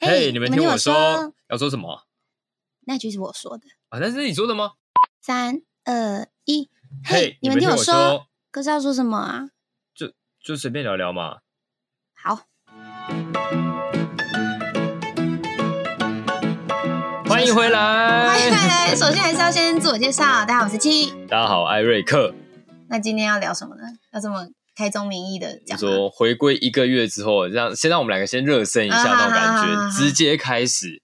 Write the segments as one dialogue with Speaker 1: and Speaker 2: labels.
Speaker 1: 嘿、
Speaker 2: 嘿
Speaker 1: 你们
Speaker 2: 我们
Speaker 1: 听
Speaker 2: 听
Speaker 1: 我
Speaker 2: 我
Speaker 1: 说
Speaker 2: 说，
Speaker 1: 要说什么
Speaker 2: 那句是我说的。
Speaker 1: 啊？那是你说的吗？
Speaker 2: 三二一，
Speaker 1: 嘿
Speaker 2: 嘿，你们
Speaker 1: 你
Speaker 2: 听
Speaker 1: 们
Speaker 2: 我
Speaker 1: 听我说
Speaker 2: 说，可是要说什么啊？
Speaker 1: 就随便聊聊嘛。
Speaker 2: 好，
Speaker 1: 欢迎回来
Speaker 2: 欢，迎回来。首先还是要先自我介绍，大家好，我是七。
Speaker 1: 大家好，艾瑞克。
Speaker 2: 那今天要聊什么呢？要这么开宗明义的
Speaker 1: 你
Speaker 2: 讲吗？
Speaker 1: 说回归一个月之后，让先让我们两个先热身一下
Speaker 2: 啊
Speaker 1: 那种感
Speaker 2: 好好
Speaker 1: 觉，
Speaker 2: 好
Speaker 1: 直接开始。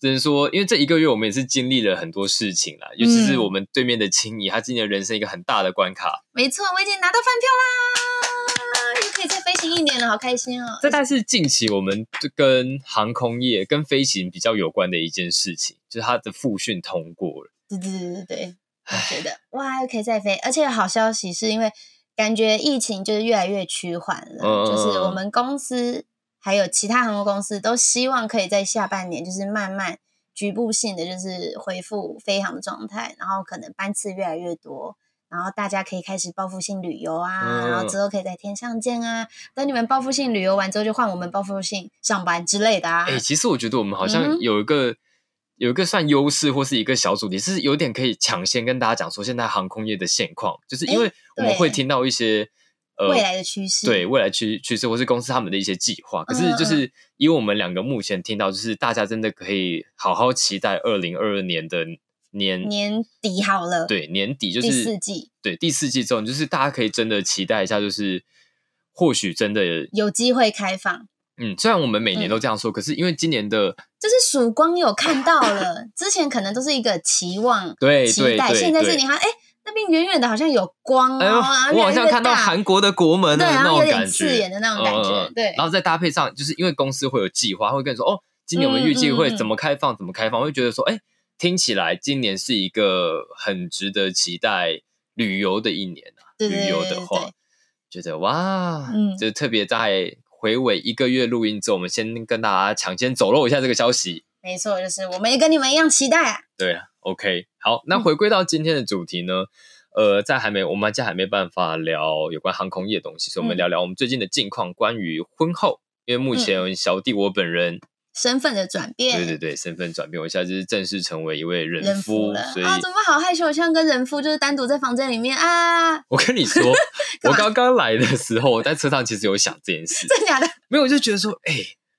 Speaker 1: 只能说，因为这一个月我们也是经历了很多事情啦，尤其是
Speaker 2: 嗯
Speaker 1: 我们对面的青怡，她今年人生一个很大的关卡。
Speaker 2: 没错，我已经拿到饭票啦，又可以再飞行一年了，好开心哦！
Speaker 1: 这大概是近期我们就跟航空业、跟飞行比较有关的一件事情，就是它的复训通过了。
Speaker 2: 对对对对对，我觉得哇，又可以再飞，而且好消息是因为感觉疫情就是越来越趋缓了，
Speaker 1: 嗯
Speaker 2: 就是我们公司还有其他航空公司都希望可以在下半年就是慢慢局部性的就是恢复飞航的状态，然后可能班次越来越多。然后大家可以开始报复性旅游啊，
Speaker 1: 嗯
Speaker 2: 然后之后可以在天上见啊。等你们报复性旅游完之后，就换我们报复性上班之类的啊。
Speaker 1: 哎、其实我觉得我们好
Speaker 2: 嗯
Speaker 1: 像
Speaker 2: 哼
Speaker 1: 有一个、有一个算优势，或是一个小主题，是有点可以抢先跟大家讲说现在航空业的现况，就是因为我们
Speaker 2: 对
Speaker 1: 会听到一些呃
Speaker 2: 未来的趋势，
Speaker 1: 对未来趋趋势，或是公司他们的一些计划。可是
Speaker 2: 嗯嗯
Speaker 1: 就是以我们两个目前听到，就是大家真的可以好好期待二零二二年的年
Speaker 2: 年底好了，，
Speaker 1: 对年底就是
Speaker 2: 第四季
Speaker 1: 对第四季之后，就是大家可以真的期待一下，就是或许真的，
Speaker 2: 有机会开放。
Speaker 1: 嗯，虽然我们每年都这样说，可是因为今年的
Speaker 2: 就是曙光有看到了， 之前可能都是一个期望、
Speaker 1: 对哎对
Speaker 2: 期待，
Speaker 1: 对
Speaker 2: 现在是
Speaker 1: 对
Speaker 2: 你，看，哎，那边远远的好像有光
Speaker 1: 哎呦，
Speaker 2: 哦，然后
Speaker 1: 我好像看到韩国的国门
Speaker 2: 对，
Speaker 1: 的
Speaker 2: 然
Speaker 1: 那
Speaker 2: 后
Speaker 1: 种
Speaker 2: 有
Speaker 1: 感
Speaker 2: 点
Speaker 1: 觉，嗯
Speaker 2: 刺眼的那种感觉，对
Speaker 1: 然，后再搭配上，就是因为公司会有计划，会跟你说哦，今年我们预计会
Speaker 2: 嗯嗯嗯
Speaker 1: 怎么开放，怎么开放，会觉得说，哎，听起来今年是一个很值得期待旅游的一年啊。
Speaker 2: 对对
Speaker 1: 旅游
Speaker 2: 对
Speaker 1: 的
Speaker 2: 对
Speaker 1: 话
Speaker 2: 对，，
Speaker 1: 觉得哇，
Speaker 2: 嗯
Speaker 1: 就特别在回尾一个月录音之后，我们先跟大家抢先走漏一下这个消息。
Speaker 2: 没错，就是我们也跟你们一样期待啊，
Speaker 1: 对啊，OK，好，那
Speaker 2: 嗯
Speaker 1: 回归到今天的主题呢，呃，在还没我们家还没办法聊有关航空业的东西，所以我们
Speaker 2: 嗯
Speaker 1: 聊聊我们最近的近况，关于婚后，因为目前小弟我本人，
Speaker 2: 身份的转变，
Speaker 1: 对对对，身份转变，我现在就是正式成为一位人
Speaker 2: 人
Speaker 1: 夫，
Speaker 2: 夫了
Speaker 1: 所以
Speaker 2: 啊，怎么好害羞，我像跟人夫就是单独在房间里面啊，
Speaker 1: 我跟你说，我
Speaker 2: 干嘛
Speaker 1: 刚刚来的时候，我在车上其实有想这件 事，
Speaker 2: 真 假的，
Speaker 1: 没有，我就觉得说，哎、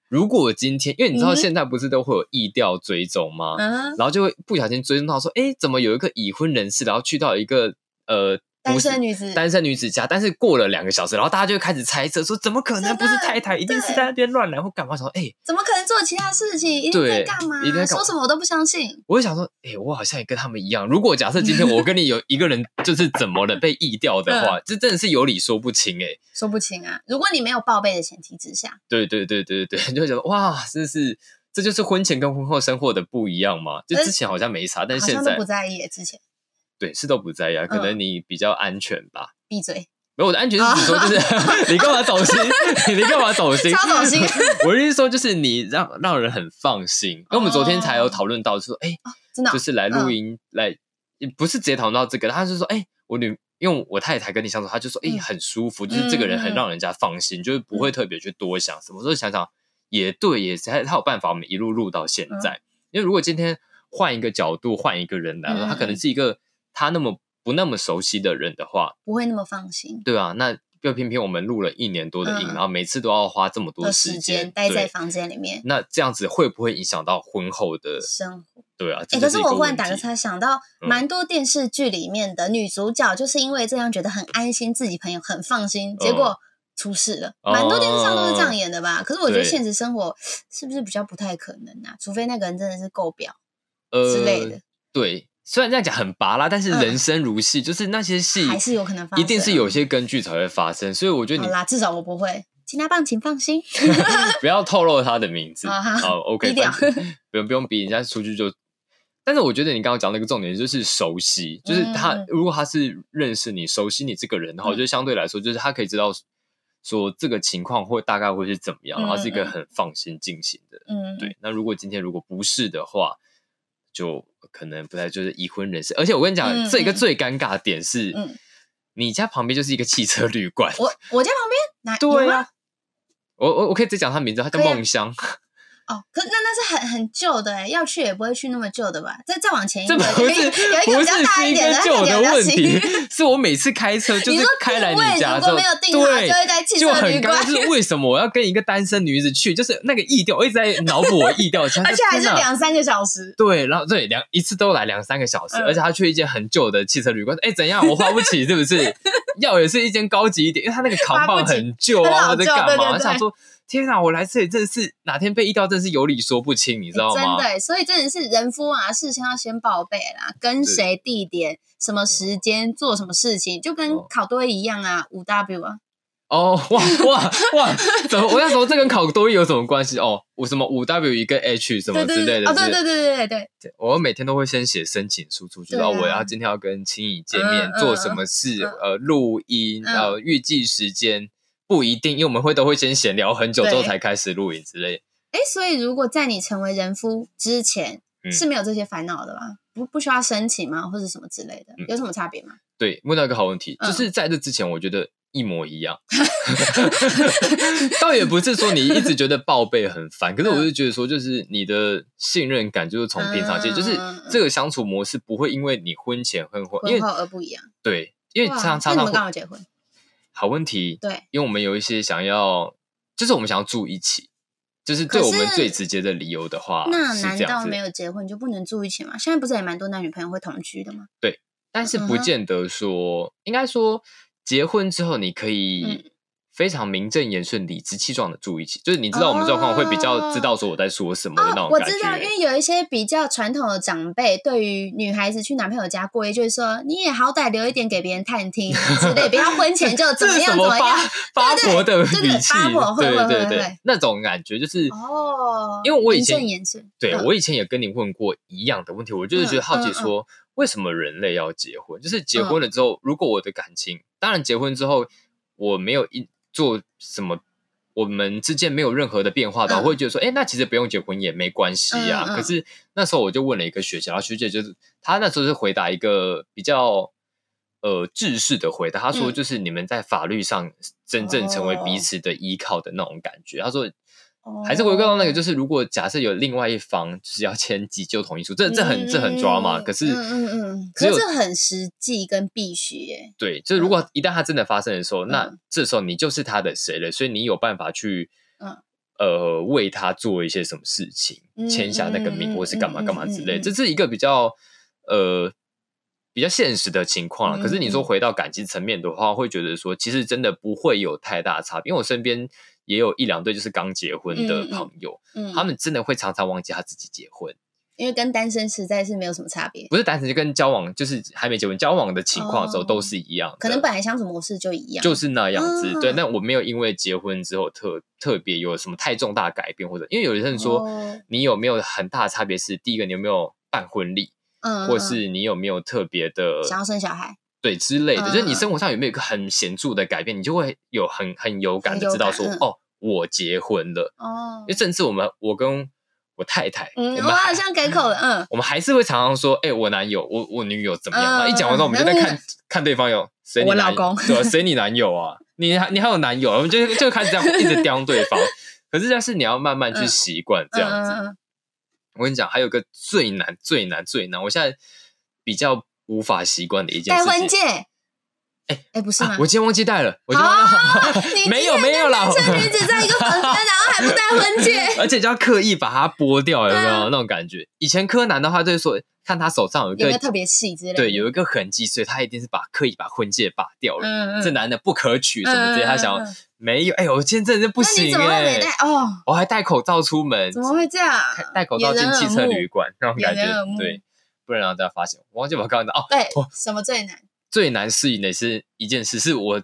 Speaker 1: 如果我今天，因为你知道
Speaker 2: 嗯哼
Speaker 1: 现在不是都会有意调追踪吗？
Speaker 2: 嗯，
Speaker 1: 然后就会不小心追踪到说，哎，怎么有一个已婚人士，然后去到一个呃
Speaker 2: 单
Speaker 1: 不是
Speaker 2: 身女子，
Speaker 1: 单身女子家，但是过了两个小时，然后大家就会开始猜测说，怎么可能
Speaker 2: 真的
Speaker 1: 不是太太，一定是在那边乱来或干嘛？想说，哎、
Speaker 2: 怎么可能做其他事情？一定在
Speaker 1: 对
Speaker 2: 干嘛
Speaker 1: 一定在？干嘛
Speaker 2: 说什么我都不相信，
Speaker 1: 我就想说，哎、我好像也跟他们一样。如果假设今天我跟你有一个人就是怎么了被异掉的
Speaker 2: 嗯
Speaker 1: 话，这真的是有理说不清哎、
Speaker 2: 说不清啊。如果你没有报备的前提之下。
Speaker 1: 对对对对对，就会觉得哇，真是这就是婚前跟婚后生活的不一样嘛。就
Speaker 2: 但
Speaker 1: 之前好像没啥，但
Speaker 2: 哎好
Speaker 1: 是
Speaker 2: 像都
Speaker 1: 现在
Speaker 2: 不嗯在意耶之前
Speaker 1: 对是都不在意啊，可能你比较安全吧。
Speaker 2: 闭嘴，
Speaker 1: 没有，我的安全是指说，就是 你干嘛走心？你干嘛走心？
Speaker 2: 哦超走 心
Speaker 1: 我的意思说，就是你让让人很放心。因为我们昨天才
Speaker 2: 哦
Speaker 1: 有讨论到，就说哎、
Speaker 2: 真的哦、
Speaker 1: 就是来录音、来，不是直接讨论到这个，他是说哎、我女，因为我太太跟你相处，她就说哎、
Speaker 2: 嗯
Speaker 1: 很舒服，就是这个人很让人家放心，就是不会特别去多想。什么时候想想也对，也才他有办法，我们一路录到现在。
Speaker 2: 嗯
Speaker 1: 因为如果今天换一个角度，换一个人来说，
Speaker 2: 嗯
Speaker 1: 他可能是一个他那么不那么熟悉的人的话。
Speaker 2: 不会那么放心
Speaker 1: 对啊，那又偏偏我们录了一年多的
Speaker 2: 嗯
Speaker 1: 音，然后每次都要花这么多
Speaker 2: 的时
Speaker 1: 间
Speaker 2: 间待在
Speaker 1: 对
Speaker 2: 房间里面
Speaker 1: 那这样子会不会影响到婚后的？
Speaker 2: 生活。
Speaker 1: 对啊，
Speaker 2: 哎、
Speaker 1: 呃这
Speaker 2: 可
Speaker 1: 就是一
Speaker 2: 我忽
Speaker 1: 问
Speaker 2: 然
Speaker 1: 题。嗯
Speaker 2: 打个岔，想到蛮多电视剧里面的女主角就是因为这样觉得很安心，自己朋友很放心，
Speaker 1: 嗯
Speaker 2: 结果出事了。蛮多电视上都是这样演的吧？可是我觉得
Speaker 1: 哦对
Speaker 2: 现实生活是不是比较不太可能啊？除非那个人真的是够婊
Speaker 1: 呃
Speaker 2: 之类的，
Speaker 1: 对，虽然这样讲很拔啦，但是
Speaker 2: 嗯
Speaker 1: 人生如戏，就是那些戏
Speaker 2: 还是有可能发生。啊
Speaker 1: 一定是有些根据才会发生，所以我觉得
Speaker 2: 好
Speaker 1: 你
Speaker 2: 啦，至少我不会。其他棒，请放 心。
Speaker 1: 不要透露他的名 字。
Speaker 2: 啊哈
Speaker 1: 好，OK，
Speaker 2: 低调
Speaker 1: 反正不用不用逼人家出去就。但是我觉得你刚刚讲那个重点就是熟悉，就是他、
Speaker 2: 嗯
Speaker 1: 如果他是认识你、熟悉你这个人的话，
Speaker 2: 嗯
Speaker 1: 我觉得相对来说就是他可以知道说这个情况会大概会是怎么样，
Speaker 2: 嗯
Speaker 1: 然后是一个
Speaker 2: 嗯
Speaker 1: 很放心进行的。
Speaker 2: 嗯，
Speaker 1: 对，那如果今天如果不是的话，就可能不太就是已婚人士。而且我跟你讲，
Speaker 2: 嗯
Speaker 1: 这一个
Speaker 2: 嗯
Speaker 1: 最尴尬的点是，
Speaker 2: 嗯
Speaker 1: 你家旁边就是一个汽车旅馆。
Speaker 2: 我我家旁边哪有
Speaker 1: 对
Speaker 2: 吗
Speaker 1: 啊，我我我可以直接讲他名字，他叫
Speaker 2: 可以啊
Speaker 1: 梦香。
Speaker 2: 哦，可那那是很很旧的哎，要去也不会去那么旧的吧？再再往前一
Speaker 1: 这
Speaker 2: 个，
Speaker 1: 不
Speaker 2: 有一
Speaker 1: 是
Speaker 2: 有一个
Speaker 1: 不
Speaker 2: 比较
Speaker 1: 是
Speaker 2: 大
Speaker 1: 是
Speaker 2: 一
Speaker 1: 一
Speaker 2: 点
Speaker 1: 个
Speaker 2: 的， 那个
Speaker 1: 旧的
Speaker 2: 比较
Speaker 1: 问
Speaker 2: 新
Speaker 1: 题， 是我每次开车 就
Speaker 2: 你
Speaker 1: 是
Speaker 2: 说
Speaker 1: 开来
Speaker 2: 定位
Speaker 1: 家
Speaker 2: 如
Speaker 1: 之后
Speaker 2: 果没有，定好
Speaker 1: 对，
Speaker 2: 就会在汽
Speaker 1: 就
Speaker 2: 车旅
Speaker 1: 很尴
Speaker 2: 馆
Speaker 1: 尬， 就是为什么我要跟一个单身女子去？就是那个意调，我一直在脑补我意调，想 说
Speaker 2: 而且还是
Speaker 1: 天哪
Speaker 2: 两三个小时。
Speaker 1: 对，然后对两一次都来两三个小时，
Speaker 2: 嗯
Speaker 1: 而且他去一间很旧的汽车旅馆，哎，怎样？我花不起是 不是？要也是一间高级一点，因为他那个扛棒很旧啊，
Speaker 2: 花
Speaker 1: 或
Speaker 2: 不
Speaker 1: 者
Speaker 2: 起
Speaker 1: 干
Speaker 2: 很老旧对
Speaker 1: 嘛？
Speaker 2: 对对
Speaker 1: 想说天哪，我来这里真的是哪天被意调，真是有理说不清，你知道
Speaker 2: 真
Speaker 1: 吗
Speaker 2: 的？欸，所以真的是人夫啊，事先要先报备啦，跟
Speaker 1: 对
Speaker 2: 谁、地点、什么时间做什么事情，就跟
Speaker 1: 哦
Speaker 2: 考多一样啊，五 W 啊，
Speaker 1: 哦，哇哇哇！怎么？我那时候这跟考多一有什么关系？哦，我什么五 W 一个 H 什么
Speaker 2: 对
Speaker 1: 之
Speaker 2: 对对，
Speaker 1: 类的，
Speaker 2: 哦对
Speaker 1: 是
Speaker 2: 对对对对对，
Speaker 1: 我每天都会先写申请书出去，
Speaker 2: 对
Speaker 1: 然
Speaker 2: 啊
Speaker 1: 后我要今天要跟青怡见面
Speaker 2: 嗯，
Speaker 1: 做什么事，
Speaker 2: 嗯
Speaker 1: 呃，录音，
Speaker 2: 嗯
Speaker 1: 呃，预计时间不一定，因为我们会都会先闲聊很久之
Speaker 2: 对
Speaker 1: 后才开始录影之类。
Speaker 2: 哎，所以如果在你成为人夫之前、
Speaker 1: 嗯
Speaker 2: 是没有这些烦恼的吧？不不需要申请吗，或者什么之类的，
Speaker 1: 嗯
Speaker 2: 有什么差别吗？
Speaker 1: 对，问到一个好问题，
Speaker 2: 嗯
Speaker 1: 就是在这之前，我觉得一模一样， 倒也不是说你一直觉得报备很烦，可是我
Speaker 2: 嗯
Speaker 1: 就觉得说，就是你的信任感就是从平常见，
Speaker 2: 嗯
Speaker 1: 就是这个相处模式不会因为你婚前婚后，因
Speaker 2: 婚
Speaker 1: 为
Speaker 2: 后而不一样，
Speaker 1: 对，因为
Speaker 2: 哇
Speaker 1: 常常
Speaker 2: 那你们
Speaker 1: 常
Speaker 2: 刚好结婚，
Speaker 1: 好问题，
Speaker 2: 对，
Speaker 1: 因为我们有一些想要，就是我们想要住一起，就是对
Speaker 2: 可
Speaker 1: 我
Speaker 2: 是
Speaker 1: 们最直接的理由的话，
Speaker 2: 那
Speaker 1: 啊是
Speaker 2: 难
Speaker 1: 这
Speaker 2: 道
Speaker 1: 样
Speaker 2: 没
Speaker 1: 子。
Speaker 2: 有结婚就不能住一起吗？现在不是也蛮多男女朋友会同居的吗？
Speaker 1: 但是不
Speaker 2: 嗯哼
Speaker 1: 见得说，应该说结婚之后你可以
Speaker 2: 嗯
Speaker 1: 非常名正言顺、理直气壮的住一起，就是你知道我们状况会比较知道说我在说什么的那
Speaker 2: 哦，
Speaker 1: 种
Speaker 2: 我
Speaker 1: 感
Speaker 2: 知道，因
Speaker 1: 觉。
Speaker 2: 为有一些比较传统的长辈，对于女孩子去男朋友家过夜，就是说你也好歹留一点给别人探听之类，不要婚前就怎
Speaker 1: 这
Speaker 2: 么
Speaker 1: 是
Speaker 2: 样
Speaker 1: 什
Speaker 2: 怎么
Speaker 1: 八
Speaker 2: 样。
Speaker 1: 八
Speaker 2: 对对
Speaker 1: 婆的语
Speaker 2: 对对
Speaker 1: 气
Speaker 2: 八婆？会
Speaker 1: 对
Speaker 2: 会
Speaker 1: 对
Speaker 2: 会
Speaker 1: 对
Speaker 2: 会，
Speaker 1: 那种感觉就是
Speaker 2: 哦，
Speaker 1: 因为我以
Speaker 2: 名
Speaker 1: 前
Speaker 2: 正言顺，
Speaker 1: 对
Speaker 2: 嗯
Speaker 1: 我以前也跟你问过一样的问题，我就是觉得好奇说，为什么人类要结婚？就是
Speaker 2: 嗯
Speaker 1: 结婚了之后，如果我的感情，当然结婚之后我没有一做什么，我们之间没有任何的变化的话，
Speaker 2: 嗯
Speaker 1: 我会觉得说，哎，那其实不用结婚也没关系呀、
Speaker 2: 嗯嗯
Speaker 1: 可是那时候我就问了一个学姐，然后学姐就是她那时候是回答一个比较。呃，制式的回答，她说
Speaker 2: 嗯
Speaker 1: 就是你们在法律上真正成为彼
Speaker 2: 哦
Speaker 1: 此的依靠的那种感觉。她说，
Speaker 2: 哦
Speaker 1: 还是回归到那个，就是如果假设有另外一方就是要 签急救同意书，这这很这很抓嘛。
Speaker 2: 嗯
Speaker 1: 可是，
Speaker 2: 嗯嗯嗯，
Speaker 1: 只
Speaker 2: 可
Speaker 1: 有
Speaker 2: 是这很实际跟必须耶。
Speaker 1: 对，就是如果一旦它真的发生的时候，那
Speaker 2: 嗯
Speaker 1: 这时候你就是他的谁了，所以你有办法去
Speaker 2: 嗯，
Speaker 1: 呃，为他做一些什么事情，
Speaker 2: 嗯
Speaker 1: 签下那个名
Speaker 2: 嗯
Speaker 1: 或是干嘛
Speaker 2: 嗯嗯
Speaker 1: 干嘛之类，
Speaker 2: 嗯嗯
Speaker 1: 这是一个比较呃比较现实的情况了。
Speaker 2: 嗯
Speaker 1: 可是你说
Speaker 2: 嗯
Speaker 1: 回到感情层面的话，会觉得说其实真的不会有太大差别，因为我身边也有一两对就是刚结婚的
Speaker 2: 嗯嗯嗯
Speaker 1: 朋友，
Speaker 2: 嗯，
Speaker 1: 他们真的会常常忘记他自己结婚。
Speaker 2: 因为跟单身实在是没有什么差别，
Speaker 1: 不是单纯就跟交往，就是还没结婚交往的情况的时候
Speaker 2: 哦
Speaker 1: 都是一样的，
Speaker 2: 可能本来相处模式就一样，
Speaker 1: 就是那样子。
Speaker 2: 嗯
Speaker 1: 对，那我没有因为结婚之后特特别有什么太重大改变，或者因为有些人说、
Speaker 2: 哦
Speaker 1: 你有没有很大的差别是，第一个你有没有办婚礼，
Speaker 2: 嗯，
Speaker 1: 或
Speaker 2: 嗯
Speaker 1: 是你有没有特别的
Speaker 2: 想要生小孩，
Speaker 1: 对之类的，
Speaker 2: 嗯
Speaker 1: 就是你生活上有没有一个很显著的改变，你就会有很很有感
Speaker 2: 很
Speaker 1: 的
Speaker 2: 有
Speaker 1: 知道
Speaker 2: 感
Speaker 1: 说、
Speaker 2: 嗯
Speaker 1: 哦，我结婚了。
Speaker 2: 哦
Speaker 1: 因为，甚至我们我跟我太太，
Speaker 2: 嗯，
Speaker 1: 我
Speaker 2: 我
Speaker 1: 们
Speaker 2: 好
Speaker 1: 还
Speaker 2: 像改口了，嗯，
Speaker 1: 我们还是会常常说，哎、我男友，我我女友怎么样？
Speaker 2: 嗯
Speaker 1: 然后一讲完之后，我们就在看、看对方有谁你
Speaker 2: 我
Speaker 1: 男
Speaker 2: 老公
Speaker 1: 对啊，谁你男友啊？你还你还有男友啊？我们就就开始这样一直刁对方。 可是，但是你要慢慢去
Speaker 2: 嗯
Speaker 1: 习惯这样子。
Speaker 2: 嗯嗯嗯
Speaker 1: 我跟你讲，还有一个最难、最难、最难，我现在比较无法习惯的一
Speaker 2: 嗯
Speaker 1: 件
Speaker 2: 戴
Speaker 1: 事
Speaker 2: 婚
Speaker 1: 情。
Speaker 2: 戒，哎哎，不是吗
Speaker 1: 啊、我？今天忘记带了，我今天忘记
Speaker 2: 啊
Speaker 1: 带了，
Speaker 2: 你
Speaker 1: 没有没有啦，
Speaker 2: 这女子在一个房间，然后还不戴婚 戒，
Speaker 1: 而且就要刻意把它剥掉，有没
Speaker 2: 对
Speaker 1: 有
Speaker 2: 啊
Speaker 1: 那种感觉？以前柯南的话，就是说看他手上有
Speaker 2: 有
Speaker 1: 一个
Speaker 2: 没有特别细之类的？
Speaker 1: 对，有一个痕迹，所以他一定是把刻意把婚戒拔掉了。
Speaker 2: 嗯，嗯
Speaker 1: 这
Speaker 2: 嗯，
Speaker 1: 男的不可取什么之类，他想要
Speaker 2: 嗯嗯嗯
Speaker 1: 没有，哎呦，我今天真的是不
Speaker 2: 那你
Speaker 1: 行
Speaker 2: 怎么会
Speaker 1: 哎、
Speaker 2: 没戴？ 哦，
Speaker 1: 我还戴口罩出门，
Speaker 2: 怎么会这样？
Speaker 1: 戴口罩
Speaker 2: 掩
Speaker 1: 进
Speaker 2: 人
Speaker 1: 汽
Speaker 2: 耳
Speaker 1: 车
Speaker 2: 目
Speaker 1: 旅馆那种感
Speaker 2: 掩人耳
Speaker 1: 觉，
Speaker 2: 目
Speaker 1: 对，不然让大家发现。我忘记我刚刚讲哦，
Speaker 2: 对
Speaker 1: 哇，
Speaker 2: 什么最难？
Speaker 1: 最难适应的是一件事，是我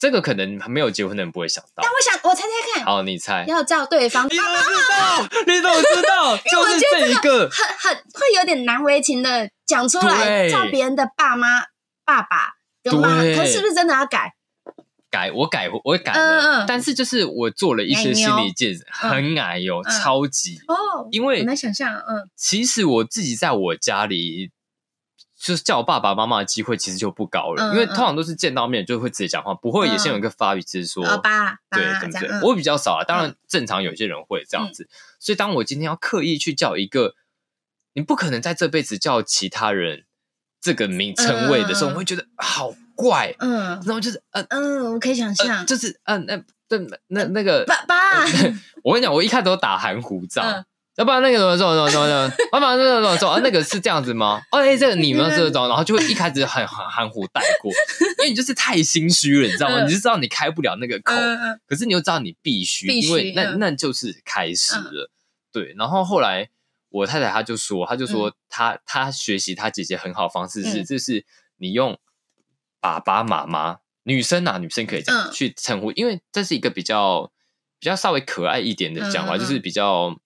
Speaker 1: 这个可能还没有结婚的人不会想到
Speaker 2: 但。我想，我猜猜看，
Speaker 1: 好，你猜？
Speaker 2: 要叫对方
Speaker 1: 你怎么知道？你怎么 知道？就是这一个，
Speaker 2: 很很会有点难为情的讲出来，
Speaker 1: 对
Speaker 2: 叫别人的爸妈、爸爸跟妈，
Speaker 1: 对
Speaker 2: 可是不是真的要改？
Speaker 1: 改，我改，我改
Speaker 2: 嗯
Speaker 1: 了
Speaker 2: 嗯，
Speaker 1: 但是就是我做了一些心理建设，
Speaker 2: 哎呦
Speaker 1: 很矮哟，
Speaker 2: 嗯
Speaker 1: 超级。
Speaker 2: 哦，
Speaker 1: 因为
Speaker 2: 我能想象，嗯，
Speaker 1: 其实我自己在我家里，就是叫我爸爸妈妈的机会其实就不高了，
Speaker 2: 嗯
Speaker 1: 因为通常都是见到面就会直接讲话，不会
Speaker 2: 嗯
Speaker 1: 也先有一个发语，就是说、
Speaker 2: 哦，爸爸
Speaker 1: 对怎么
Speaker 2: 这
Speaker 1: 对
Speaker 2: 样，，嗯嗯
Speaker 1: 我比较少啊。当然，正常有些人会这样子，所以当我今天要刻意去叫一个，你不可能在这辈子叫其他人这个名称谓的时
Speaker 2: 嗯嗯
Speaker 1: 候，
Speaker 2: 嗯
Speaker 1: 我会觉得好怪，
Speaker 2: 嗯
Speaker 1: 然后就是呃
Speaker 2: 嗯，我可以想
Speaker 1: 呃，
Speaker 2: 象，
Speaker 1: 就是呃那那那那个，
Speaker 2: 爸爸，
Speaker 1: 我跟你讲，我一开始都打含糊照。
Speaker 2: 嗯
Speaker 1: 要不然那个什么什么什么 什么，要不然那个什么什么，啊那个是这样子吗？哦，哎，这个你们这种，然后就会一开始很很含糊带过，因为你就是太心虚了，你知道吗？
Speaker 2: 嗯
Speaker 1: 你就知道你开不了那个口，
Speaker 2: 嗯嗯
Speaker 1: 可是你又知道你必须，
Speaker 2: 必须
Speaker 1: 因为那
Speaker 2: 嗯
Speaker 1: 那就是开始了。对，然后后来我太太她就说，她就说她、她学习她姐姐很好的方式是，
Speaker 2: 嗯
Speaker 1: 就是你用爸爸妈妈，女生啊，女生可以这样、
Speaker 2: 嗯
Speaker 1: 去称呼，因为这是一个比较比较稍微可爱一点的讲法，
Speaker 2: 嗯嗯嗯
Speaker 1: 就是比较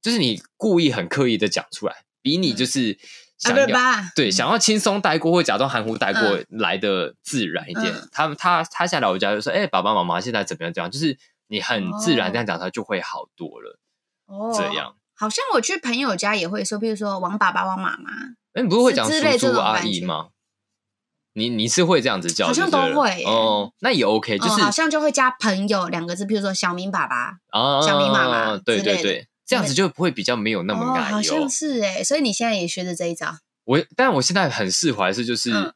Speaker 1: 就是你故意很刻意的讲出来，比你就是
Speaker 2: 啊，
Speaker 1: 想要、
Speaker 2: 爸爸，
Speaker 1: 对，想要轻松带过或假装含糊带过
Speaker 2: 嗯
Speaker 1: 来的自然一点。
Speaker 2: 嗯
Speaker 1: 他他他下来我家就说：“哎、爸爸妈妈现在怎么样？怎么样？”就是你很自然这样讲，他就会好多了。
Speaker 2: 哦
Speaker 1: 这样，
Speaker 2: 好像我去朋友家也会说，比如说王爸爸、王妈妈，
Speaker 1: 哎、你不是会讲
Speaker 2: 是
Speaker 1: 叔
Speaker 2: 之类这
Speaker 1: 叔
Speaker 2: 种
Speaker 1: 阿
Speaker 2: 感觉
Speaker 1: 姨吗？你你是会这样子叫
Speaker 2: 好
Speaker 1: 就
Speaker 2: 像
Speaker 1: 对了，
Speaker 2: 都会耶
Speaker 1: 哦，那也 OK，就
Speaker 2: 哦
Speaker 1: 是
Speaker 2: 好像就会加朋友两个字，比如说小明爸爸，
Speaker 1: 啊，
Speaker 2: 小明妈妈
Speaker 1: 对
Speaker 2: 之
Speaker 1: 对
Speaker 2: 类的
Speaker 1: 对，这样子就不会比较没有那么
Speaker 2: 哦，
Speaker 1: 奶
Speaker 2: 好
Speaker 1: 油
Speaker 2: 像。是哎，所以你现在也学着这一招，
Speaker 1: 我，但我现在很释怀是，就是、
Speaker 2: 嗯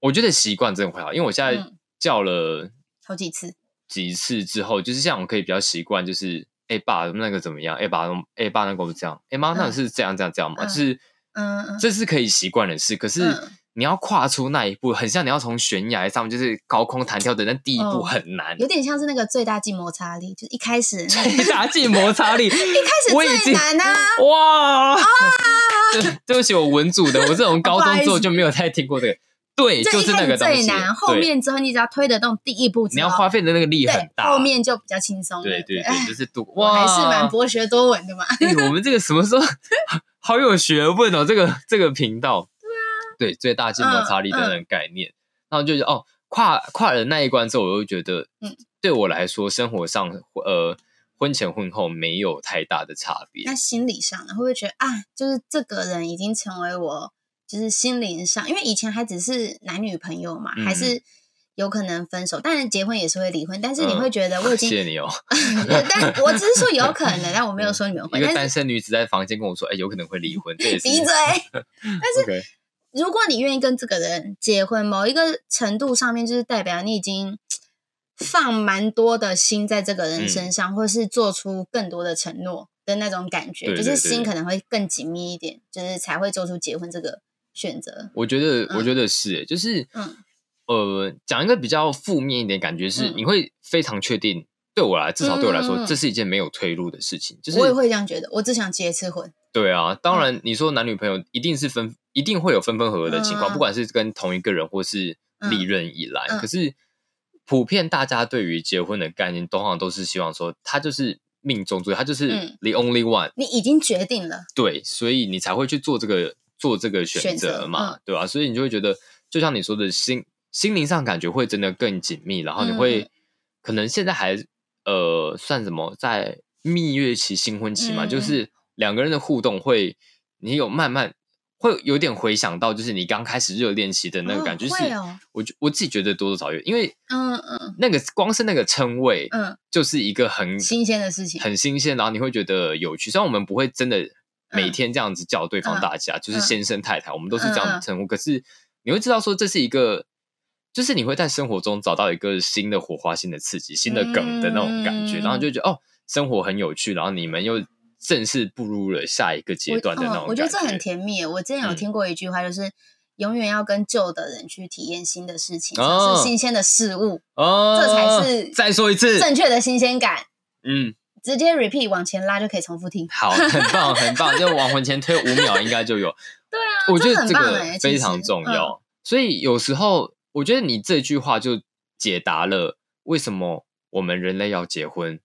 Speaker 1: 我觉得习惯真的会好，因为我现在
Speaker 2: 嗯
Speaker 1: 叫了。
Speaker 2: 好几次，
Speaker 1: 几次之后，就是像我可以比较习惯，就是哎、爸那个怎么样？哎、爸哎、爸那个我们这样，哎、妈那个
Speaker 2: 嗯
Speaker 1: 是这样这样这样嘛？
Speaker 2: 嗯
Speaker 1: 就是
Speaker 2: 嗯嗯
Speaker 1: 这是可以习惯的事，可是
Speaker 2: 嗯
Speaker 1: 你要跨出那一步，很像你要从悬崖上就是高空弹跳的那第一步
Speaker 2: 哦
Speaker 1: 很难。
Speaker 2: 有点像是那个最大即摩擦力，就是一开 始那
Speaker 1: 最大进摩擦力，一开
Speaker 2: 始
Speaker 1: 我已
Speaker 2: 最
Speaker 1: 经
Speaker 2: 难啊，
Speaker 1: 哇！对，对不起，我文组的，我这种高中之后就没有再听过这个。对，
Speaker 2: 这
Speaker 1: 就
Speaker 2: 一
Speaker 1: 是那
Speaker 2: 开
Speaker 1: 个
Speaker 2: 始
Speaker 1: 东
Speaker 2: 最
Speaker 1: 西。
Speaker 2: 难，后
Speaker 1: 对
Speaker 2: 面之后你只要推得动第一步之后，
Speaker 1: 你要花费的那个力很
Speaker 2: 对，
Speaker 1: 大。
Speaker 2: 后面就比较轻松了。
Speaker 1: 对对对，
Speaker 2: 哎
Speaker 1: 就是度
Speaker 2: 我
Speaker 1: 哇，
Speaker 2: 还是蛮博学多闻的嘛。
Speaker 1: 哎、我们这个什么时候 好有学问哦？这个这个频道，对啊，对最大静摩擦力
Speaker 2: 嗯
Speaker 1: 等等概念，然后就是哦，跨跨了那一关之后，我就觉得，
Speaker 2: 嗯
Speaker 1: 对我来说，生活上呃婚前婚后没有太大的差别
Speaker 2: 那。心理上呢，会不会觉得啊，就是这个人已经成为我，就是心灵上，因为以前还只是男女朋友嘛，
Speaker 1: 嗯
Speaker 2: 还是有可能分手，当然结婚也是会离婚，但是你
Speaker 1: 嗯
Speaker 2: 会觉得我已
Speaker 1: 谢
Speaker 2: 经，
Speaker 1: 谢你哦，
Speaker 2: 但我只是说有可能，但我没有说你们
Speaker 1: 嗯一
Speaker 2: 会，
Speaker 1: 个
Speaker 2: 但
Speaker 1: 单
Speaker 2: 是
Speaker 1: 身女子在房间跟我说，哎、有可能会离婚，这也是
Speaker 2: 闭嘴。
Speaker 1: 但是
Speaker 2: 如果你愿意跟这个人结婚，某一个程度上面，就是代表你已经放蛮多的心在这个人身上，或是做出更多的承诺的那种感觉，
Speaker 1: 对
Speaker 2: 就是
Speaker 1: 对
Speaker 2: 心
Speaker 1: 对
Speaker 2: 可能会更紧密一点，就是才会做出结婚这个选择。
Speaker 1: 我觉得，
Speaker 2: 嗯
Speaker 1: 我觉得是、哎就是，
Speaker 2: 嗯
Speaker 1: 呃，讲一个比较负面一点，感觉是、
Speaker 2: 嗯
Speaker 1: 你会非常确定，对我来，至少对我来说，
Speaker 2: 嗯嗯嗯
Speaker 1: 这是一件没有退路的事情。就是
Speaker 2: 我也会这样觉得，我只想结一次婚。
Speaker 1: 对啊，
Speaker 2: 嗯
Speaker 1: 当然，你说男女朋友一定是分，一定会有分分合合的情
Speaker 2: 嗯
Speaker 1: 况，不管是跟同一个人或是历任以来。
Speaker 2: 嗯嗯
Speaker 1: 可是，普遍大家对于结婚的概念，通常都是希望说，他就是命中注定，他就是
Speaker 2: 嗯
Speaker 1: the only one，、
Speaker 2: 你已经决定了，
Speaker 1: 对，所以你才会去做这个做这个选
Speaker 2: 选
Speaker 1: 择
Speaker 2: 择
Speaker 1: 嘛，
Speaker 2: 嗯
Speaker 1: 对吧、所以你就会觉得，就像你说的心心灵上感觉会真的更紧密，然后你会、
Speaker 2: 嗯
Speaker 1: 可能现在还呃算什么在蜜月期、新婚期嘛，
Speaker 2: 嗯
Speaker 1: 就是两个人的互动会，你有慢慢会有点回想到，就是你刚开始热恋期的那个
Speaker 2: 哦
Speaker 1: 感觉，
Speaker 2: 会
Speaker 1: 是
Speaker 2: 哦
Speaker 1: 我觉我自己觉得多多少少有，因为
Speaker 2: 嗯嗯
Speaker 1: 那个光是那个称谓，
Speaker 2: 嗯，
Speaker 1: 就是一个很
Speaker 2: 新鲜的事情。
Speaker 1: 很新鲜，然后你会觉得有趣。虽然我们不会真的每天这样子叫对
Speaker 2: 嗯
Speaker 1: 方大家，就是
Speaker 2: 嗯
Speaker 1: 先生太太，我们都是这样称呼。可是你会知道说这是一个，就是你会在生活中找到一个新的火花、新的刺激、新的梗的那种感觉，
Speaker 2: 嗯
Speaker 1: 然后就觉得哦，生活很有趣，然后你们又正式步入了下一个阶段的那种
Speaker 2: 我、哦、我觉
Speaker 1: 感
Speaker 2: 得这很甜蜜耶。我之前有
Speaker 1: 嗯
Speaker 2: 听过一句话，就是。永远要跟旧的人去体验新的事情，
Speaker 1: 哦
Speaker 2: 尝试新鲜的事物，
Speaker 1: 哦，
Speaker 2: 这才是
Speaker 1: 再说一次，
Speaker 2: 正确的新鲜感。
Speaker 1: 嗯，
Speaker 2: 直接 repeat 往前拉就可以重复听。
Speaker 1: 好，很棒，很棒，就往魂前推五秒应该就 有。对啊我觉得
Speaker 2: 这很
Speaker 1: 这
Speaker 2: 棒
Speaker 1: 个
Speaker 2: 欸其
Speaker 1: 非
Speaker 2: 实
Speaker 1: 常重要。所以有时候我觉得你这句话就解答了为什么我们人类要结婚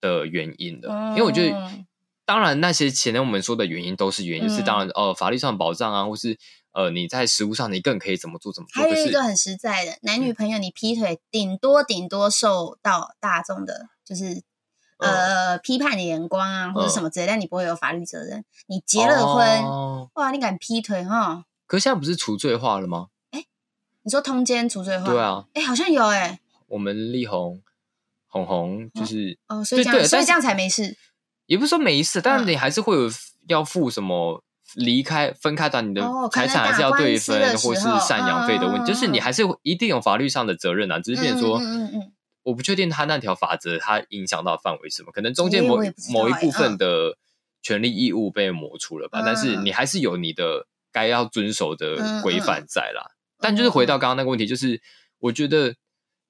Speaker 1: 的原因了。因为我觉得
Speaker 2: 嗯，
Speaker 1: 当然那些前面我们说的原因都是原因，是当然呃法律上的保障啊，或是呃你在实务上你更可以怎么做怎么做。
Speaker 2: 还
Speaker 1: 可
Speaker 2: 有一
Speaker 1: 是
Speaker 2: 个很实在的，男女朋友你劈腿，顶多顶多受到大众的，就是。
Speaker 1: 嗯
Speaker 2: 呃，批判的眼光啊，或者
Speaker 1: 嗯
Speaker 2: 什么之类，但你不会有法律责任。你结了婚，
Speaker 1: 哦
Speaker 2: 哇，你敢劈腿哈？
Speaker 1: 可是现在不是除罪化了吗？
Speaker 2: 你说通奸除罪化？
Speaker 1: 对，啊，
Speaker 2: 哎、好像有哎、
Speaker 1: 我们力宏红红就是
Speaker 2: 哦，所以
Speaker 1: 对
Speaker 2: 这样，
Speaker 1: 对
Speaker 2: 所
Speaker 1: 但
Speaker 2: 以
Speaker 1: 是
Speaker 2: 这样才没事。
Speaker 1: 也不是说每一次，但是
Speaker 2: 嗯
Speaker 1: 你还是会有要付什么离开分开的，你的
Speaker 2: 哦可
Speaker 1: 财
Speaker 2: 能
Speaker 1: 产还是要对分，
Speaker 2: 打官司的时候
Speaker 1: 或是赡养费的问题，
Speaker 2: 嗯嗯嗯
Speaker 1: 就是你还是会一定有法律上的责任啊，只是变成说，
Speaker 2: 嗯嗯嗯嗯
Speaker 1: 我不确定他那条法则它影响到的范围是什么，可能中间
Speaker 2: 诶
Speaker 1: 某、
Speaker 2: 我也不知道
Speaker 1: 某一
Speaker 2: 诶
Speaker 1: 部分的权利义务被抹除了
Speaker 2: 嗯
Speaker 1: 吧，
Speaker 2: 嗯
Speaker 1: 但是你还是有你的该要遵守的规范在啦。但就是
Speaker 2: 哦
Speaker 1: 回到刚刚那个问题，就是我觉得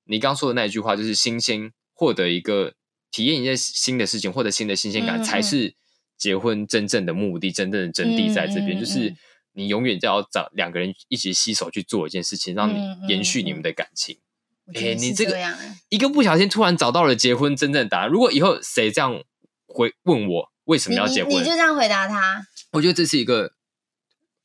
Speaker 1: 你刚说的那一句话，就是新鲜获得一个体验一件新的事情，获得新的新鲜感，
Speaker 2: 嗯嗯
Speaker 1: 才是结婚真正的目的，真正的真谛在这边，
Speaker 2: 嗯嗯嗯
Speaker 1: 就是你永远都要找两个人一起携手去做一件事情，让
Speaker 2: 嗯嗯
Speaker 1: 你延续你们
Speaker 2: 嗯
Speaker 1: 的感情。
Speaker 2: 我
Speaker 1: 哎、
Speaker 2: 觉得
Speaker 1: 你
Speaker 2: 是
Speaker 1: 这
Speaker 2: 这
Speaker 1: 个
Speaker 2: 样欸
Speaker 1: 一个不小心突然找到了结婚真正的答案。如果以后谁这样回问我为什么
Speaker 2: 你
Speaker 1: 要结
Speaker 2: 你
Speaker 1: 婚
Speaker 2: 你，就这样回答他，
Speaker 1: 我觉得这是一个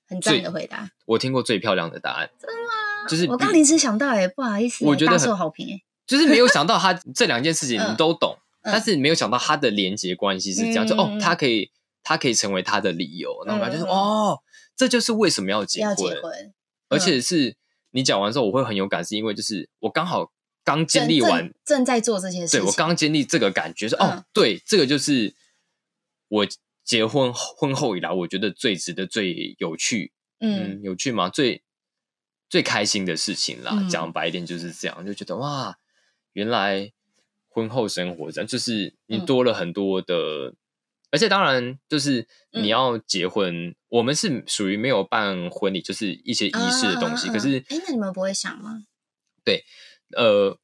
Speaker 2: 很
Speaker 1: 最
Speaker 2: 赞的回答。
Speaker 1: 我听过最漂亮的答案。真的吗？就是
Speaker 2: 我
Speaker 1: 比
Speaker 2: 刚临时想到哎、不好意思欸、
Speaker 1: 我觉
Speaker 2: 大
Speaker 1: 得很
Speaker 2: 受好评哎、
Speaker 1: 就是没有想到他这两件事情你
Speaker 2: 嗯
Speaker 1: 都懂，
Speaker 2: 嗯
Speaker 1: 但是没有想到他的连接关系是这
Speaker 2: 嗯
Speaker 1: 样，就哦
Speaker 2: 嗯，嗯
Speaker 1: 他可以他可以成为他的理由，然后我就说、
Speaker 2: 嗯嗯
Speaker 1: 哦，这就是为什么要结
Speaker 2: 要
Speaker 1: 婚，
Speaker 2: 结婚，嗯
Speaker 1: 而且是你讲完之后我会很有感，是因为就是我刚好刚经
Speaker 2: 正
Speaker 1: 历
Speaker 2: 正
Speaker 1: 完
Speaker 2: 正在做这些事情，
Speaker 1: 对我刚经历这个感觉是、
Speaker 2: 嗯
Speaker 1: 哦，对，这个就是我结婚婚后以来，我觉得最值得、最有趣，
Speaker 2: 嗯
Speaker 1: 嗯，有趣吗？最最开心的事情啦。
Speaker 2: 嗯
Speaker 1: 讲白一点就是这样，就觉得哇，原来婚后生活这样，就是你
Speaker 2: 嗯
Speaker 1: 多了很多的，而且当然就是你
Speaker 2: 嗯
Speaker 1: 要结婚，我们是属于没有办婚礼，就是一些仪式的东西，可是
Speaker 2: 哎、诶那你们不会想吗？
Speaker 1: 呃，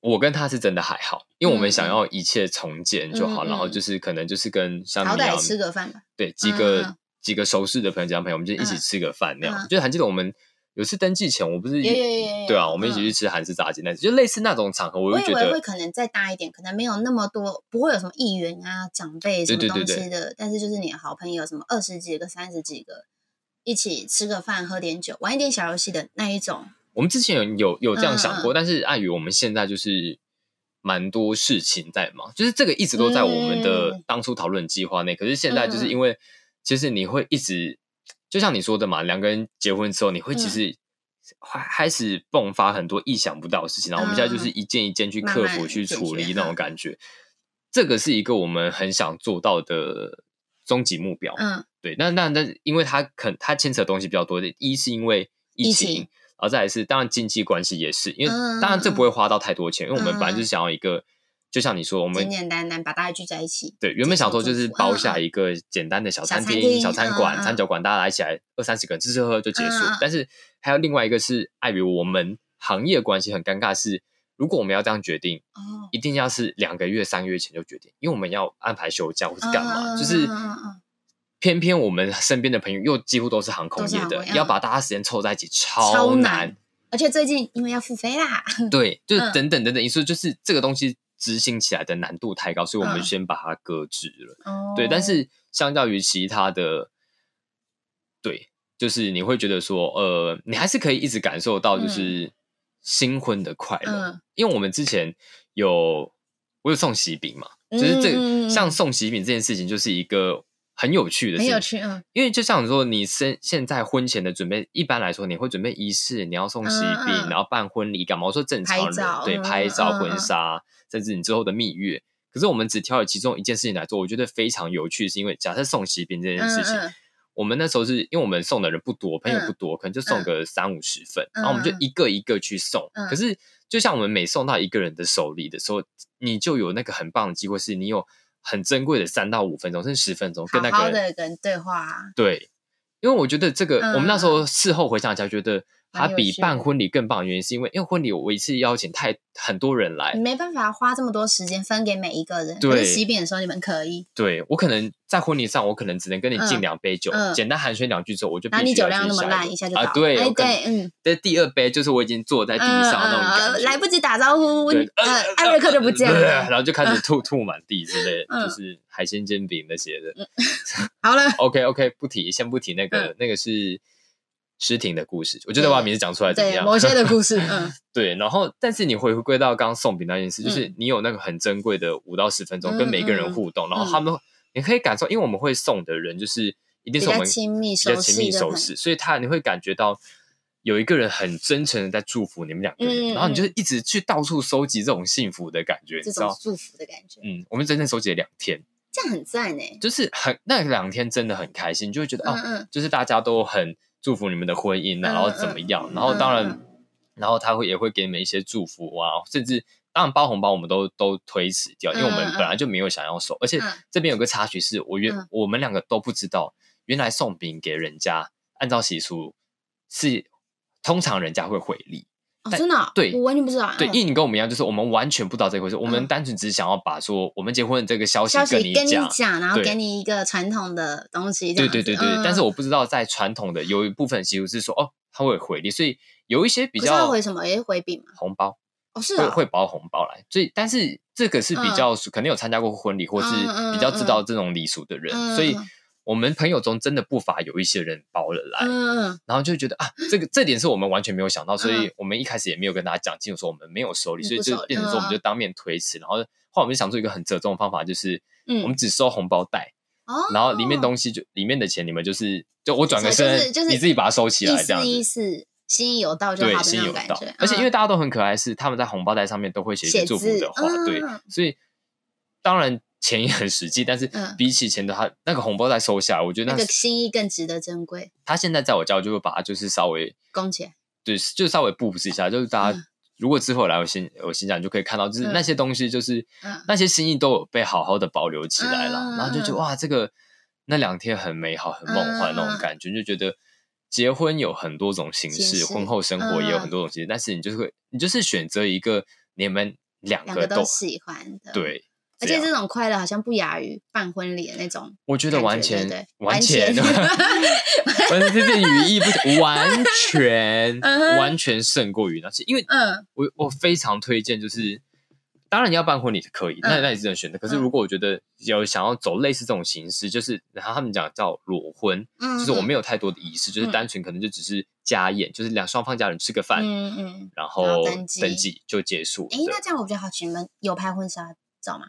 Speaker 1: 我跟他是真的还好，因为我们
Speaker 2: 嗯
Speaker 1: 想
Speaker 2: 嗯
Speaker 1: 要一切重建就好，
Speaker 2: 嗯嗯
Speaker 1: 然后就是可能就是跟像
Speaker 2: 好
Speaker 1: 你一样
Speaker 2: 歹，吃个饭吧。
Speaker 1: 对几个、
Speaker 2: 嗯嗯
Speaker 1: 几个熟识的朋友、几张朋友，我们就一起
Speaker 2: 嗯
Speaker 1: 吃个饭那样。
Speaker 2: 嗯
Speaker 1: 就是还记得我们有次登记前，我不是
Speaker 2: 有有有有有
Speaker 1: 对啊，我们一起
Speaker 2: 嗯
Speaker 1: 去吃韩式炸鸡那次，就类似那种场合，我
Speaker 2: 我
Speaker 1: 就
Speaker 2: 以
Speaker 1: 觉
Speaker 2: 为会
Speaker 1: 得
Speaker 2: 可能再大一点，可能没有那么多，不会有什么议员啊、长辈什
Speaker 1: 对
Speaker 2: 么
Speaker 1: 对
Speaker 2: 东
Speaker 1: 对对
Speaker 2: 西的，但是就是你的好朋友，什么二十几个、三十几个，一起吃个饭、喝点酒、玩一点小游戏的那一种。
Speaker 1: 我们之前有有有这样想
Speaker 2: 嗯
Speaker 1: 过，
Speaker 2: 嗯
Speaker 1: 但是碍于我们现在就是。蛮多事情在忙，就是这个一直都在我们的
Speaker 2: 嗯
Speaker 1: 当初讨论计划内。可是现在就是
Speaker 2: 嗯嗯
Speaker 1: 因为，其实你会一直，就像你说的嘛，两个人结婚之后，你会其
Speaker 2: 嗯
Speaker 1: 实开开始迸发很多意想不到的事情，然后我们现在就是
Speaker 2: 嗯嗯
Speaker 1: 一件一件去
Speaker 2: 慢
Speaker 1: 克
Speaker 2: 慢
Speaker 1: 服、去
Speaker 2: 解
Speaker 1: 处
Speaker 2: 决
Speaker 1: 理那种感觉。这个是一个我们很想做到的终极目标。
Speaker 2: 嗯，
Speaker 1: 对，那那那，因为它肯它牵扯的东西比较多，一是因为疫
Speaker 2: 疫
Speaker 1: 情，
Speaker 2: 情
Speaker 1: 然后再来是当然经济关系也是，因为、
Speaker 2: 嗯
Speaker 1: 当然这
Speaker 2: 嗯
Speaker 1: 不会花到太多钱，因为我们
Speaker 2: 嗯
Speaker 1: 本来就是想要一个，就像你说，我们
Speaker 2: 简简单单把大家聚在一起。
Speaker 1: 对原本想说
Speaker 2: 做
Speaker 1: 就是
Speaker 2: 主
Speaker 1: 包下
Speaker 2: 嗯嗯
Speaker 1: 一个简单的小
Speaker 2: 小
Speaker 1: 餐
Speaker 2: 餐
Speaker 1: 厅、小
Speaker 2: 厅
Speaker 1: 餐
Speaker 2: 嗯
Speaker 1: 馆、
Speaker 2: 嗯
Speaker 1: 餐酒馆，大家来起来二三十个人吃吃喝喝就结束。
Speaker 2: 嗯嗯
Speaker 1: 但是还有另外一个是碍于我们行业关系很尴尬是，如果我们要这样决定，
Speaker 2: 哦，
Speaker 1: 一定要是两个月、三个月前就决定，因为我们要安排休假或是干嘛，
Speaker 2: 嗯嗯嗯
Speaker 1: 就是
Speaker 2: 嗯嗯嗯
Speaker 1: 偏偏我们身边的朋友又几乎都是航空业
Speaker 2: 都是
Speaker 1: 的
Speaker 2: 航，空业嗯
Speaker 1: 要把大家时间凑在一起超
Speaker 2: 超
Speaker 1: 难
Speaker 2: 难。。而且最近因为要复飞啦，
Speaker 1: 对，就是
Speaker 2: 嗯
Speaker 1: 等等等等因素，就是这个东西执行起来的难度太高，所以我们
Speaker 2: 嗯
Speaker 1: 先把它搁置了。
Speaker 2: 哦
Speaker 1: 对，但是相较于其他的，对，就是你会觉得说，呃，你还是可以一直感受到就是新婚的快乐，
Speaker 2: 嗯
Speaker 1: 因为我们之前有我有送喜饼嘛，就是这个、
Speaker 2: 嗯嗯嗯嗯
Speaker 1: 像送喜饼这件事情，就是一个很有趣的事
Speaker 2: 很
Speaker 1: 情，
Speaker 2: 有趣，嗯，
Speaker 1: 因为就像你说，你现现在婚前的准备，一般来说你会准备仪式，你要送喜饼，
Speaker 2: 嗯嗯
Speaker 1: 然后办婚礼干嘛？我说正常
Speaker 2: 拍
Speaker 1: 人
Speaker 2: 照
Speaker 1: 对
Speaker 2: 嗯
Speaker 1: 拍
Speaker 2: 嗯
Speaker 1: 照、
Speaker 2: 嗯
Speaker 1: 婚
Speaker 2: 嗯
Speaker 1: 纱，甚至你之后的蜜月。可是我们只挑了其中一件事情来做，我觉得非常有趣，是因为假设送喜饼这件事情，
Speaker 2: 嗯嗯嗯
Speaker 1: 我们那时候是因为我们送的人不多，朋友不多，可能就送个三五十份，然后我们就
Speaker 2: 嗯嗯
Speaker 1: 一个一个去送。
Speaker 2: 嗯
Speaker 1: 可是就像我们每送到一个人的手里的时候，你就有那个很棒的机会，是你有很珍贵的三到五分钟，甚至十分钟跟那
Speaker 2: 好
Speaker 1: 个人
Speaker 2: 好的跟对话啊，
Speaker 1: 对，因为我觉得这个，
Speaker 2: 嗯
Speaker 1: 我们那时候事后回想起来，觉得它
Speaker 2: 蛮有
Speaker 1: 比
Speaker 2: 趣
Speaker 1: 办
Speaker 2: 的
Speaker 1: 婚礼更棒的原因，是因为因为婚礼我一次邀请太很多人来，
Speaker 2: 你没办法花这么多时间分给每一个人。
Speaker 1: 对
Speaker 2: 可是喜饼的时候你们可以，
Speaker 1: 对我可能在婚礼上，我可能只能跟你
Speaker 2: 嗯
Speaker 1: 敬两杯酒，
Speaker 2: 嗯
Speaker 1: 简单寒暄两句之后，我就必
Speaker 2: 然
Speaker 1: 须
Speaker 2: 后你酒
Speaker 1: 要
Speaker 2: 量
Speaker 1: 去
Speaker 2: 那么
Speaker 1: 下
Speaker 2: 烂，
Speaker 1: 一
Speaker 2: 一下就倒
Speaker 1: 个啊，
Speaker 2: 了。
Speaker 1: 对，
Speaker 2: 哎
Speaker 1: 我可能
Speaker 2: 对，嗯，
Speaker 1: 但第二杯就是我已经坐在地上那种感
Speaker 2: 嗯嗯
Speaker 1: 觉，
Speaker 2: 嗯来不及打招呼，
Speaker 1: 对
Speaker 2: 你呃，艾瑞克就不见
Speaker 1: 对
Speaker 2: 了。
Speaker 1: 然后就开 始吐吐满地之类的，
Speaker 2: 嗯
Speaker 1: 就是海鲜煎饼那些的。
Speaker 2: 好 了，
Speaker 1: OK OK，不提，先不提那个，那个是诗婷的故事，我觉得我把
Speaker 2: 嗯对
Speaker 1: 名字讲出来怎么
Speaker 2: 对
Speaker 1: 样？
Speaker 2: 某些的故事， 嗯，
Speaker 1: 对，然后但是你回归到刚刚送饼那件事，就是你有那个很珍贵的五到十分
Speaker 2: 嗯
Speaker 1: 钟跟每个人互动，然后他们你可以感受，因为我们会送的人就是一
Speaker 2: 比
Speaker 1: 定是我
Speaker 2: 较
Speaker 1: 们
Speaker 2: 亲密、
Speaker 1: 比较
Speaker 2: 熟
Speaker 1: 亲
Speaker 2: 悉
Speaker 1: 密
Speaker 2: 的
Speaker 1: 熟
Speaker 2: 朋友，
Speaker 1: 识，所以他你会感觉到有一个人很真诚的在祝福你们两个人，
Speaker 2: 嗯
Speaker 1: 然后你就一直去到处收集这种幸福的感觉，你
Speaker 2: 这
Speaker 1: 知
Speaker 2: 种
Speaker 1: 道？嗯
Speaker 2: 祝福的感觉。
Speaker 1: 嗯，我们整整收集了两天，
Speaker 2: 这样很赞哎、
Speaker 1: 就是很那两天真的很开心，就会觉得啊，
Speaker 2: 嗯嗯
Speaker 1: 就是大家都很祝福你们的婚姻啊，
Speaker 2: 嗯
Speaker 1: 然后怎么样，
Speaker 2: 嗯
Speaker 1: 然后当
Speaker 2: 嗯
Speaker 1: 然，然后他会也会给你们一些祝福啊，甚至当然包红包我们都都推迟掉，因为我们
Speaker 2: 嗯嗯嗯
Speaker 1: 本来就没有想要收，而且
Speaker 2: 嗯
Speaker 1: 这边有个插曲是我原
Speaker 2: 嗯
Speaker 1: 我们两个都不知道，原来送饼给人家，按照习俗是通常人家会回礼，
Speaker 2: 哦，
Speaker 1: 但
Speaker 2: 真的哦、
Speaker 1: 对
Speaker 2: 我完全不知道。
Speaker 1: 对，
Speaker 2: 嗯
Speaker 1: 因为你跟我们一样，就是我们完全不知道这回事，我们
Speaker 2: 嗯
Speaker 1: 单纯只是想要把说我们结婚的这个消息
Speaker 2: 消
Speaker 1: 跟
Speaker 2: 息
Speaker 1: 你
Speaker 2: 跟你
Speaker 1: 讲。
Speaker 2: 讲，然后
Speaker 1: 对
Speaker 2: 给你一个传统的东西这
Speaker 1: 对
Speaker 2: 样子。
Speaker 1: 对对对，
Speaker 2: 嗯
Speaker 1: 但是我不知道在传统的有一部分习俗是说哦，他会有回礼，所以有一些比
Speaker 2: 可是他
Speaker 1: 较
Speaker 2: 回什么？也是回饼嘛？
Speaker 1: 红包
Speaker 2: 哦，是嗯
Speaker 1: 会
Speaker 2: 哦，
Speaker 1: 会包红包来，所以但是这个是比较可能有参加过婚礼或是比较知道这种礼俗的人，
Speaker 2: 嗯嗯嗯嗯
Speaker 1: 所以我们朋友中真的不乏有一些人包了来，
Speaker 2: 嗯嗯，
Speaker 1: 然后就觉得啊，这个这点是我们完全没有想到，所以
Speaker 2: 嗯
Speaker 1: 我们一开始也没有跟大家讲清楚说我们没有收礼，
Speaker 2: 你
Speaker 1: 所以
Speaker 2: 不
Speaker 1: 就
Speaker 2: 收礼
Speaker 1: 变成说我们
Speaker 2: 嗯
Speaker 1: 就当面推迟，然后后来我们就想出一个很折中的方法，就是
Speaker 2: 嗯
Speaker 1: 我们只收红包袋，
Speaker 2: 哦，
Speaker 1: 然后里面东西就里面的钱你们就是就我转个
Speaker 2: 就是
Speaker 1: 身，
Speaker 2: 就是
Speaker 1: 你自己把它收起来这样
Speaker 2: 意
Speaker 1: 子。
Speaker 2: 思意思，心意有到就
Speaker 1: 对，
Speaker 2: 好的
Speaker 1: 心
Speaker 2: 那
Speaker 1: 有
Speaker 2: 种感
Speaker 1: 到
Speaker 2: 觉。。
Speaker 1: 而且因为
Speaker 2: 嗯
Speaker 1: 大家都很可爱，是他们在红包袋上面都会写一些
Speaker 2: 写
Speaker 1: 祝福
Speaker 2: 字
Speaker 1: 的话，对
Speaker 2: 嗯，
Speaker 1: 所以当然钱也很实际，但是
Speaker 2: 嗯
Speaker 1: 比起钱的他那个红包袋收下来，我觉得
Speaker 2: 那
Speaker 1: 那
Speaker 2: 个心意更值得珍贵，
Speaker 1: 他现在在我家，我就会把它就是稍微
Speaker 2: 供起来。
Speaker 1: 对，就稍微布置一下，就是大家。
Speaker 2: 嗯
Speaker 1: 如果之后来我新我新家，你就可以看到，就是
Speaker 2: 嗯
Speaker 1: 那些东西，就是、
Speaker 2: 嗯
Speaker 1: 那些心意都有被好好的保留起来了，
Speaker 2: 嗯嗯
Speaker 1: 然后就觉
Speaker 2: 嗯
Speaker 1: 得哇，这个那两天很美好、很梦幻那
Speaker 2: 嗯嗯
Speaker 1: 种
Speaker 2: 嗯
Speaker 1: 感觉，就觉得结婚有很多种形
Speaker 2: 形
Speaker 1: 式，
Speaker 2: 式嗯
Speaker 1: 婚后生活也有很多种形式，但是你就是会，你就是选择一个你们两
Speaker 2: 两
Speaker 1: 个
Speaker 2: 个
Speaker 1: 都
Speaker 2: 都喜欢的。。
Speaker 1: 对，
Speaker 2: 而
Speaker 1: 这
Speaker 2: 且
Speaker 1: 样
Speaker 2: 这种快乐好像不亚于办婚礼的那种
Speaker 1: 我觉
Speaker 2: 感
Speaker 1: 得
Speaker 2: 觉，对
Speaker 1: 完
Speaker 2: 不
Speaker 1: 全
Speaker 2: 对
Speaker 1: 完
Speaker 2: 完
Speaker 1: 全完全这件语义不 是完全
Speaker 2: 嗯哼
Speaker 1: 完全胜过于那些，因为
Speaker 2: 嗯
Speaker 1: 我我非常推荐，就是当然你要办婚礼是可以，那
Speaker 2: 嗯
Speaker 1: 那也是种选择。可是
Speaker 2: 嗯
Speaker 1: 如果我觉得有想要走类似这种形式，就是然后他们讲叫裸婚，
Speaker 2: 嗯，
Speaker 1: 就是我没
Speaker 2: 有
Speaker 1: 有太多的仪式，就是
Speaker 2: 嗯
Speaker 1: 单纯可能就只是家宴，就是两双方家人吃个饭，
Speaker 2: 嗯嗯。
Speaker 1: 然
Speaker 2: 然
Speaker 1: 后
Speaker 2: 后登记
Speaker 1: 登记就结束。
Speaker 2: 哎，
Speaker 1: 对
Speaker 2: 那这样我比较好奇，你们有拍婚纱照吗？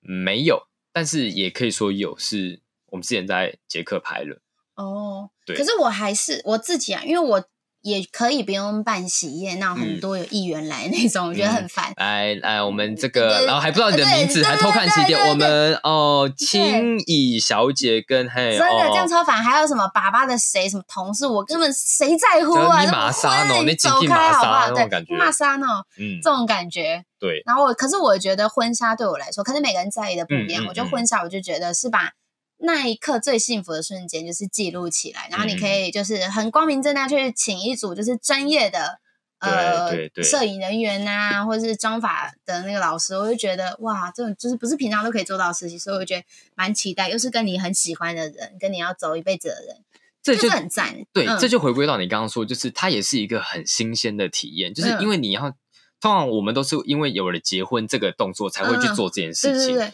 Speaker 1: 没有，但是也可以说有，是我们之前在捷克拍了。
Speaker 2: 哦，
Speaker 1: 对
Speaker 2: 可是我还是我自己啊，因为我也可以不用办喜宴，那种
Speaker 1: 嗯
Speaker 2: 很多有议员来那种，我觉得很烦。
Speaker 1: 来来，我们这
Speaker 2: 嗯对
Speaker 1: 个，
Speaker 2: 对
Speaker 1: 然后还不知道你的
Speaker 2: 对
Speaker 1: 名字，
Speaker 2: 对
Speaker 1: 还偷看起
Speaker 2: 对
Speaker 1: 点。
Speaker 2: 对
Speaker 1: 我们哦，
Speaker 2: 对
Speaker 1: 青乙小姐跟嘿，
Speaker 2: 真的这
Speaker 1: 哦
Speaker 2: 样超烦，还有什么爸爸的谁什么同事，我根本谁在乎啊？
Speaker 1: 你
Speaker 2: 这么
Speaker 1: 马杀
Speaker 2: 婚
Speaker 1: 喏
Speaker 2: 礼
Speaker 1: 那
Speaker 2: 你
Speaker 1: 几
Speaker 2: 走
Speaker 1: 句
Speaker 2: 开
Speaker 1: 马
Speaker 2: 好不
Speaker 1: 杀
Speaker 2: 好？
Speaker 1: 那
Speaker 2: 对
Speaker 1: 种感觉
Speaker 2: 马杀喏，
Speaker 1: 嗯
Speaker 2: 这，种感觉。
Speaker 1: 对，
Speaker 2: 然后我，可是我觉得婚纱对我来说，可能每个人在意的不一样。
Speaker 1: 嗯嗯
Speaker 2: 我觉得婚纱，我就觉得是把那一刻最幸福的瞬间，就是记录起来，然后你可
Speaker 1: 嗯
Speaker 2: 以就是很光明正大去请一组就是专业的呃
Speaker 1: 对对对
Speaker 2: 摄影人员呐、或者是妆法的那个老师，我就觉得哇，这种就是不是平常都可以做到的事情，所以我觉得蛮期待，又是跟你很喜欢的人，跟你要走一辈子的人，
Speaker 1: 这
Speaker 2: 就
Speaker 1: 就是
Speaker 2: 很赞。
Speaker 1: 对，
Speaker 2: 嗯
Speaker 1: 这就回归到你刚刚说，就是它也是一个很新鲜的体验，就是
Speaker 2: 嗯
Speaker 1: 因为你要，通常我们都是因为有了结婚这个动作才会去
Speaker 2: 嗯
Speaker 1: 做这件
Speaker 2: 对
Speaker 1: 事
Speaker 2: 对
Speaker 1: 情
Speaker 2: 对，，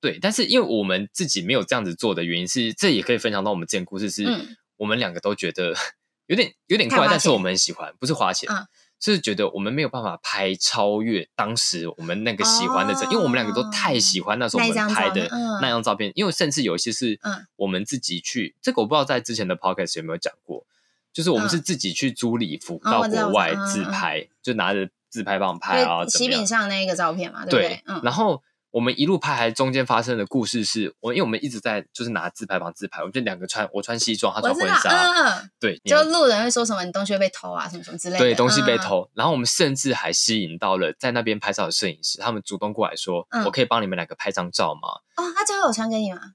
Speaker 2: 对
Speaker 1: 对，但是因为我们自己没有这样子做的原因是，这也可以分享到我们之前故事是，
Speaker 2: 嗯
Speaker 1: 我们两个都觉得 有点有点
Speaker 2: 太
Speaker 1: 怪，
Speaker 2: 花
Speaker 1: 但是
Speaker 2: 钱
Speaker 1: 我们很喜欢，不是花钱，
Speaker 2: 嗯
Speaker 1: 是觉得我们没有办法拍超越当时我们那个喜欢的照，因为我们两个都太喜欢那时候我
Speaker 2: 哦那一
Speaker 1: 们
Speaker 2: 张
Speaker 1: 拍
Speaker 2: 照
Speaker 1: 的
Speaker 2: 片嗯
Speaker 1: 那张照片，因为甚至有一些是
Speaker 2: 嗯
Speaker 1: 我们自己去，这个我不知道在之前的 podcast 有没有讲过，就是我们
Speaker 2: 嗯
Speaker 1: 是自己去租礼服
Speaker 2: 哦
Speaker 1: 到
Speaker 2: 我知道
Speaker 1: 国
Speaker 2: 我知道嗯
Speaker 1: 外自
Speaker 2: 嗯
Speaker 1: 拍，就拿着自拍棒拍啊，
Speaker 2: 就是
Speaker 1: 怎
Speaker 2: 喜
Speaker 1: 么样
Speaker 2: 饼？上那个照片嘛，对不
Speaker 1: 对
Speaker 2: 对？，嗯
Speaker 1: 然后我们一路拍，还中间发生的故事是，我因为我们一直在就是拿自拍棒自拍，我们就两个穿我穿西装，他
Speaker 2: 我
Speaker 1: 穿
Speaker 2: 知
Speaker 1: 婚
Speaker 2: 道，
Speaker 1: 纱，
Speaker 2: 嗯嗯，
Speaker 1: 对，你
Speaker 2: 就
Speaker 1: 们
Speaker 2: 路人会说什么你东西会被偷啊，什么什么之类的，
Speaker 1: 对东西被
Speaker 2: 嗯，
Speaker 1: 偷。然后我们甚至还吸引到了在那边拍照的摄影师，他们主动过来说：“
Speaker 2: 嗯
Speaker 1: 我可以帮你们两个拍张照吗
Speaker 2: 哦，他最后有传给你吗？？”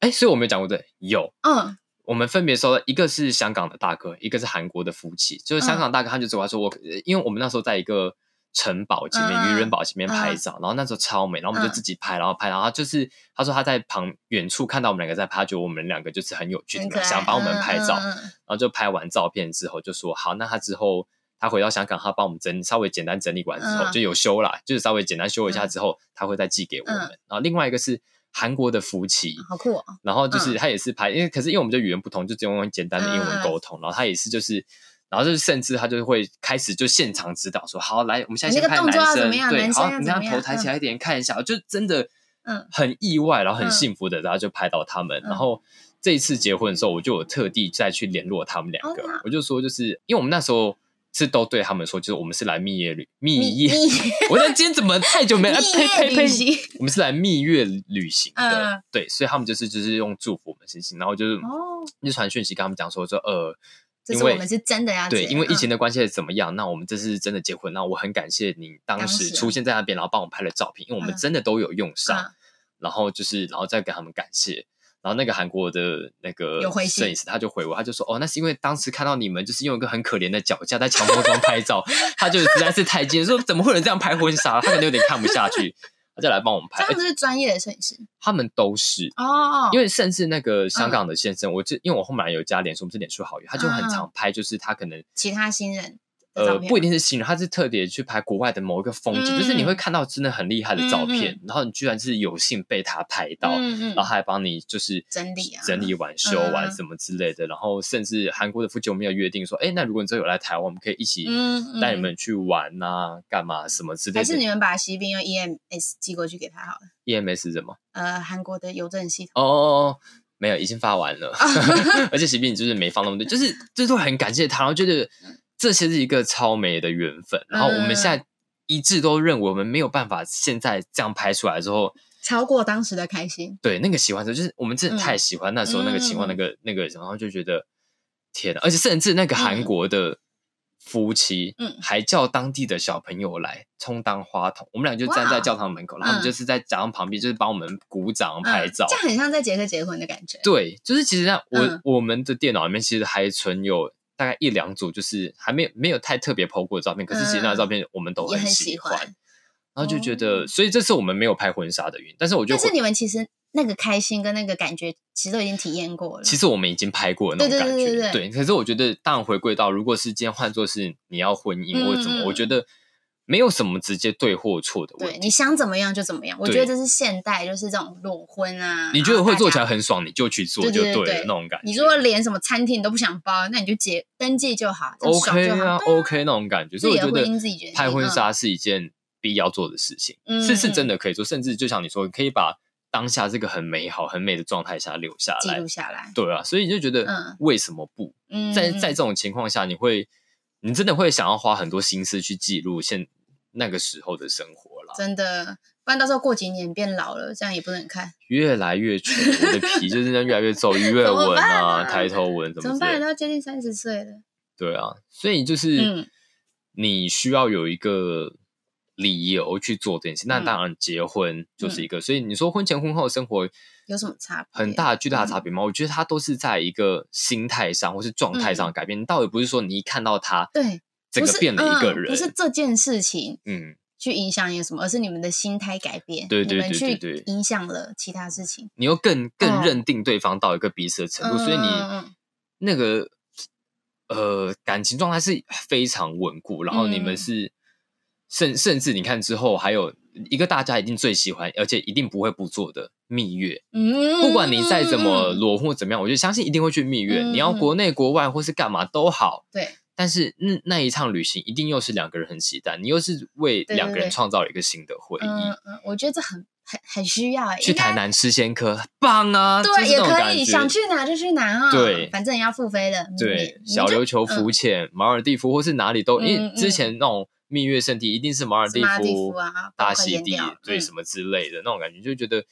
Speaker 1: 哎，所以我没有讲过对，有。
Speaker 2: 嗯，
Speaker 1: 我们分别收到一个是香港的大哥，一个是韩国的夫妻。就是
Speaker 2: 嗯
Speaker 1: 香港大哥，他就走过来说：“我，因为我们那时候在一个城堡前面，
Speaker 2: 嗯嗯
Speaker 1: 渔人堡前面拍照，然后那时候超美，然后我们就
Speaker 2: 嗯
Speaker 1: 自己拍，然后拍，然后他就是他说他在旁远处看到我们两个在拍，他觉得我们两个就是很有趣，
Speaker 2: 很
Speaker 1: 怎么
Speaker 2: 可
Speaker 1: 样
Speaker 2: 爱，
Speaker 1: 想帮我们拍照，
Speaker 2: 嗯
Speaker 1: 然后就拍完照片之后就说好，那他之后。”他回到香港，他帮我们整稍微简单整理完之后，
Speaker 2: 嗯
Speaker 1: 就有修啦，就是稍微简单修一下
Speaker 2: 嗯
Speaker 1: 之后，他会再寄给我们。
Speaker 2: 嗯
Speaker 1: 然后另外一个是韩国的夫妻，
Speaker 2: 嗯好酷哦，
Speaker 1: 然后就是
Speaker 2: 嗯
Speaker 1: 他也是拍，因为可是因为我们就语言不同，就只用简单的英文沟通。然后他也是就是，然后就是甚至他就会开始就现场指导说，好来，我们现在
Speaker 2: 你
Speaker 1: 先
Speaker 2: 那个
Speaker 1: 看
Speaker 2: 动作要怎
Speaker 1: 生，
Speaker 2: 么样
Speaker 1: 对，
Speaker 2: 男生
Speaker 1: 好，
Speaker 2: 要
Speaker 1: 你
Speaker 2: 怎么
Speaker 1: 让头
Speaker 2: 样
Speaker 1: 抬起
Speaker 2: 嗯
Speaker 1: 来一点，看一下，就真的，
Speaker 2: 嗯
Speaker 1: 很意外，然后很
Speaker 2: 嗯
Speaker 1: 幸福的，然后就拍到他们。
Speaker 2: 嗯
Speaker 1: 然后这一次结婚的时候，我就有特地再去联络他们两个
Speaker 2: 哦，
Speaker 1: 我就说就是因为我们那时候是都对他们说，就是我们是来蜜月旅蜜
Speaker 2: 蜜
Speaker 1: 夜，
Speaker 2: 蜜
Speaker 1: 我在今天怎么太久没 来哎
Speaker 2: 蜜
Speaker 1: 呸
Speaker 2: 月
Speaker 1: 呸
Speaker 2: 旅
Speaker 1: 呸！
Speaker 2: 行
Speaker 1: 我们是来蜜月旅行的，
Speaker 2: 嗯
Speaker 1: 对，所以他们就是就是用祝福我们的事情，然后就是、
Speaker 2: 哦，
Speaker 1: 就传讯息跟他们讲说说呃，
Speaker 2: 这
Speaker 1: 因
Speaker 2: 是我
Speaker 1: 为
Speaker 2: 们是真的要
Speaker 1: 对，
Speaker 2: 结
Speaker 1: 因为疫
Speaker 2: 嗯
Speaker 1: 情的关系怎么样？那我们这次真的结婚，那我很感谢你当
Speaker 2: 当
Speaker 1: 时
Speaker 2: 时
Speaker 1: 出现在那边，然后帮我们拍了照片，因为我们
Speaker 2: 嗯
Speaker 1: 真的都有用上。
Speaker 2: 嗯
Speaker 1: 然后就是，然后再给他们感谢。然后那个韩国的那个
Speaker 2: 有回信
Speaker 1: 摄影师，他就回我，他就说：“哦，那是因为当时看到你们就是用一个很可怜的脚架在强迫中拍照， 他就实在是太贱，说怎么会有人这样拍婚纱？他可能有点看不下去， 他就来帮我们拍。
Speaker 2: 他
Speaker 1: 而
Speaker 2: 们
Speaker 1: 且
Speaker 2: 是专业的摄影师
Speaker 1: 他们都是，
Speaker 2: 哦，嗯
Speaker 1: 因
Speaker 2: 为
Speaker 1: 为甚至那个香港的先生，我就因为我后面有加脸书，我们是脸书好友，他就很
Speaker 2: 嗯嗯
Speaker 1: 常拍，就是他可能
Speaker 2: 其他新人的
Speaker 1: 呃
Speaker 2: 照，片
Speaker 1: 不一定是新人，他是特别去拍国外的某一个风景，就是你会
Speaker 2: 嗯
Speaker 1: 看到真的很厉害的照片，
Speaker 2: 嗯
Speaker 1: 然后你居然是有幸被他拍到，
Speaker 2: 嗯嗯
Speaker 1: 然后他还帮你就是
Speaker 2: 整理啊
Speaker 1: 整理完、修
Speaker 2: 嗯
Speaker 1: 完
Speaker 2: 嗯
Speaker 1: 什么之类的，然后甚至韩国的夫妻我们有约定说，哎，那如果你之后有来台湾，我们可以一起
Speaker 2: 嗯
Speaker 1: 带你。
Speaker 2: 嗯
Speaker 1: 们去玩呐、干嘛什么之类
Speaker 2: 还是你
Speaker 1: 的。
Speaker 2: 们把喜饼用 EMS 寄过去给他好了。
Speaker 1: EMS 是什么？
Speaker 2: 呃，韩国的邮政系统，
Speaker 1: 哦哦哦，没有，已经发 完了， 而且喜饼就是没放那么多，就是就是会很感谢他，然后觉得这些是一个超美的缘分，然后我们现
Speaker 2: 嗯
Speaker 1: 在一致都认为我们没有办法现在这样拍出来之后，
Speaker 2: 超过当时的开心。
Speaker 1: 对那个喜欢的，就是我们真的太喜欢那时候那个情况，
Speaker 2: 嗯
Speaker 1: 那个那个，然后就觉得天啊，而且甚至那个韩国的夫妻，
Speaker 2: 嗯
Speaker 1: 还叫当地的小朋友来充当花筒，我们俩就站
Speaker 2: 哇
Speaker 1: 在教堂门口，然后他们就是在教堂旁边，就是帮我们鼓掌拍
Speaker 2: 嗯
Speaker 1: 照，
Speaker 2: 这很像在捷克结婚的感觉。
Speaker 1: 对，就是其实那我、
Speaker 2: 嗯
Speaker 1: 我们的电脑里面其实还存有大概一两组，就是还没有没有太特别 PO 过的照片，可是其实那
Speaker 2: 嗯
Speaker 1: 照片我们都
Speaker 2: 也很
Speaker 1: 喜
Speaker 2: 喜欢
Speaker 1: 然后就觉得，
Speaker 2: 哦
Speaker 1: 所以这次我们没有拍婚纱的原因，但是我就
Speaker 2: 但是
Speaker 1: 会
Speaker 2: 你们其实那个开心跟那个感觉，其实都已经体验过了。
Speaker 1: 其实我们已经拍过的那
Speaker 2: 对
Speaker 1: 种
Speaker 2: 对
Speaker 1: 感觉，
Speaker 2: 对对对
Speaker 1: 可是我觉得，当然回归到，如果是今天换作是你要婚姻或者什么，
Speaker 2: 嗯嗯
Speaker 1: 我觉得没有什么直接对或错的问
Speaker 2: 对，
Speaker 1: 题。
Speaker 2: 你想怎么样就怎么样。我
Speaker 1: 对
Speaker 2: 觉得这是现代，就是这种裸婚啊。
Speaker 1: 你觉得会做起
Speaker 2: 然后大
Speaker 1: 来
Speaker 2: 家？
Speaker 1: 很爽，你就去做
Speaker 2: 对
Speaker 1: 就
Speaker 2: 对对
Speaker 1: 了
Speaker 2: 对
Speaker 1: 那种感觉。
Speaker 2: 你如果连什么餐厅你都不想包，那你就结登记就好这样爽
Speaker 1: OK
Speaker 2: 就好
Speaker 1: 啊
Speaker 2: 对
Speaker 1: ，OK 那种感觉，所以我
Speaker 2: 自
Speaker 1: 觉
Speaker 2: 己的婚姻
Speaker 1: 得
Speaker 2: 自己决定
Speaker 1: 拍婚纱是一件必要做的事情，
Speaker 2: 嗯
Speaker 1: 是是真的可以做，甚至就像你说，可以把当下这个很美好、很美的状态下留下
Speaker 2: 记
Speaker 1: 来
Speaker 2: 录，下来。
Speaker 1: 对啊，所以你就觉
Speaker 2: 嗯
Speaker 1: 得为什么不？
Speaker 2: 嗯，
Speaker 1: 在
Speaker 2: 嗯
Speaker 1: 在这种情况下，你会你真的会想要花很多心思去记录现那个时候的生活啦，
Speaker 2: 真的，不然到时候过几年变老了，这样也不能看，
Speaker 1: 越来越丑，我的皮就是越来越皱，鱼尾
Speaker 2: 怎么
Speaker 1: 纹
Speaker 2: 办
Speaker 1: 啊、
Speaker 2: 啊
Speaker 1: 抬头纹什
Speaker 2: 怎
Speaker 1: 么
Speaker 2: 么
Speaker 1: 之类
Speaker 2: 办？
Speaker 1: 的，
Speaker 2: 都接近三十岁了，
Speaker 1: 对啊，所以就是、
Speaker 2: 嗯
Speaker 1: 你需要有一个理由去做这件事。那
Speaker 2: 嗯
Speaker 1: 当然，结婚就是一个，所以你说婚前婚后的生活
Speaker 2: 有嗯什么差别？
Speaker 1: 很大巨大的差别吗？我觉得它都是在一个心态上或是状态上的改变，你倒也不是说你一看到他，
Speaker 2: 嗯对，
Speaker 1: 整
Speaker 2: 不
Speaker 1: 个
Speaker 2: 是
Speaker 1: 变了一个
Speaker 2: 嗯
Speaker 1: 人，
Speaker 2: 不是这件事情
Speaker 1: 嗯，
Speaker 2: 去影响你什么，而是你们的心态改变，
Speaker 1: 对对
Speaker 2: 你们
Speaker 1: 对对
Speaker 2: 去
Speaker 1: 对
Speaker 2: 影响了其他事情。
Speaker 1: 你又更
Speaker 2: 哦
Speaker 1: 更认定对方到一个彼此的程度，所以
Speaker 2: 嗯嗯
Speaker 1: 你
Speaker 2: 嗯
Speaker 1: 那个呃感情状态是非常稳固，然后你们
Speaker 2: 嗯
Speaker 1: 是甚甚至你看之后还有一个大家一定最喜欢，而且一定不会不做的蜜月，
Speaker 2: 嗯，
Speaker 1: 不管你再怎么
Speaker 2: 嗯嗯嗯
Speaker 1: 裸婚或怎么样，我就相信一定会去蜜月。
Speaker 2: 嗯
Speaker 1: 你要
Speaker 2: 嗯
Speaker 1: 国内国外或是干嘛都好，
Speaker 2: 对，
Speaker 1: 但是那那一趟旅行一定又是两个人很期待，你又是为
Speaker 2: 对
Speaker 1: 两个
Speaker 2: 对
Speaker 1: 人
Speaker 2: 对
Speaker 1: 创造了一个新的回忆。
Speaker 2: 嗯嗯，我觉得这很很很需要，
Speaker 1: 去
Speaker 2: 应该
Speaker 1: 台南吃鲜科，棒啊！就
Speaker 2: 对
Speaker 1: 是
Speaker 2: 也
Speaker 1: 那种
Speaker 2: 可
Speaker 1: 感
Speaker 2: 以，
Speaker 1: 觉
Speaker 2: 想去哪就去哪啊，
Speaker 1: 对
Speaker 2: 反正也要付费的，
Speaker 1: 对
Speaker 2: 你你
Speaker 1: 小
Speaker 2: 就
Speaker 1: 琉球浮潜、马尔地夫或是哪里都，因
Speaker 2: 嗯
Speaker 1: 为
Speaker 2: 嗯
Speaker 1: 之前那种蜜月圣地一定是马尔
Speaker 2: 是马尔地
Speaker 1: 夫
Speaker 2: 夫啊
Speaker 1: 大
Speaker 2: 包括
Speaker 1: 溪
Speaker 2: 岩
Speaker 1: 地
Speaker 2: 雕，
Speaker 1: 对
Speaker 2: 嗯
Speaker 1: 什么之类的那种感觉，就觉得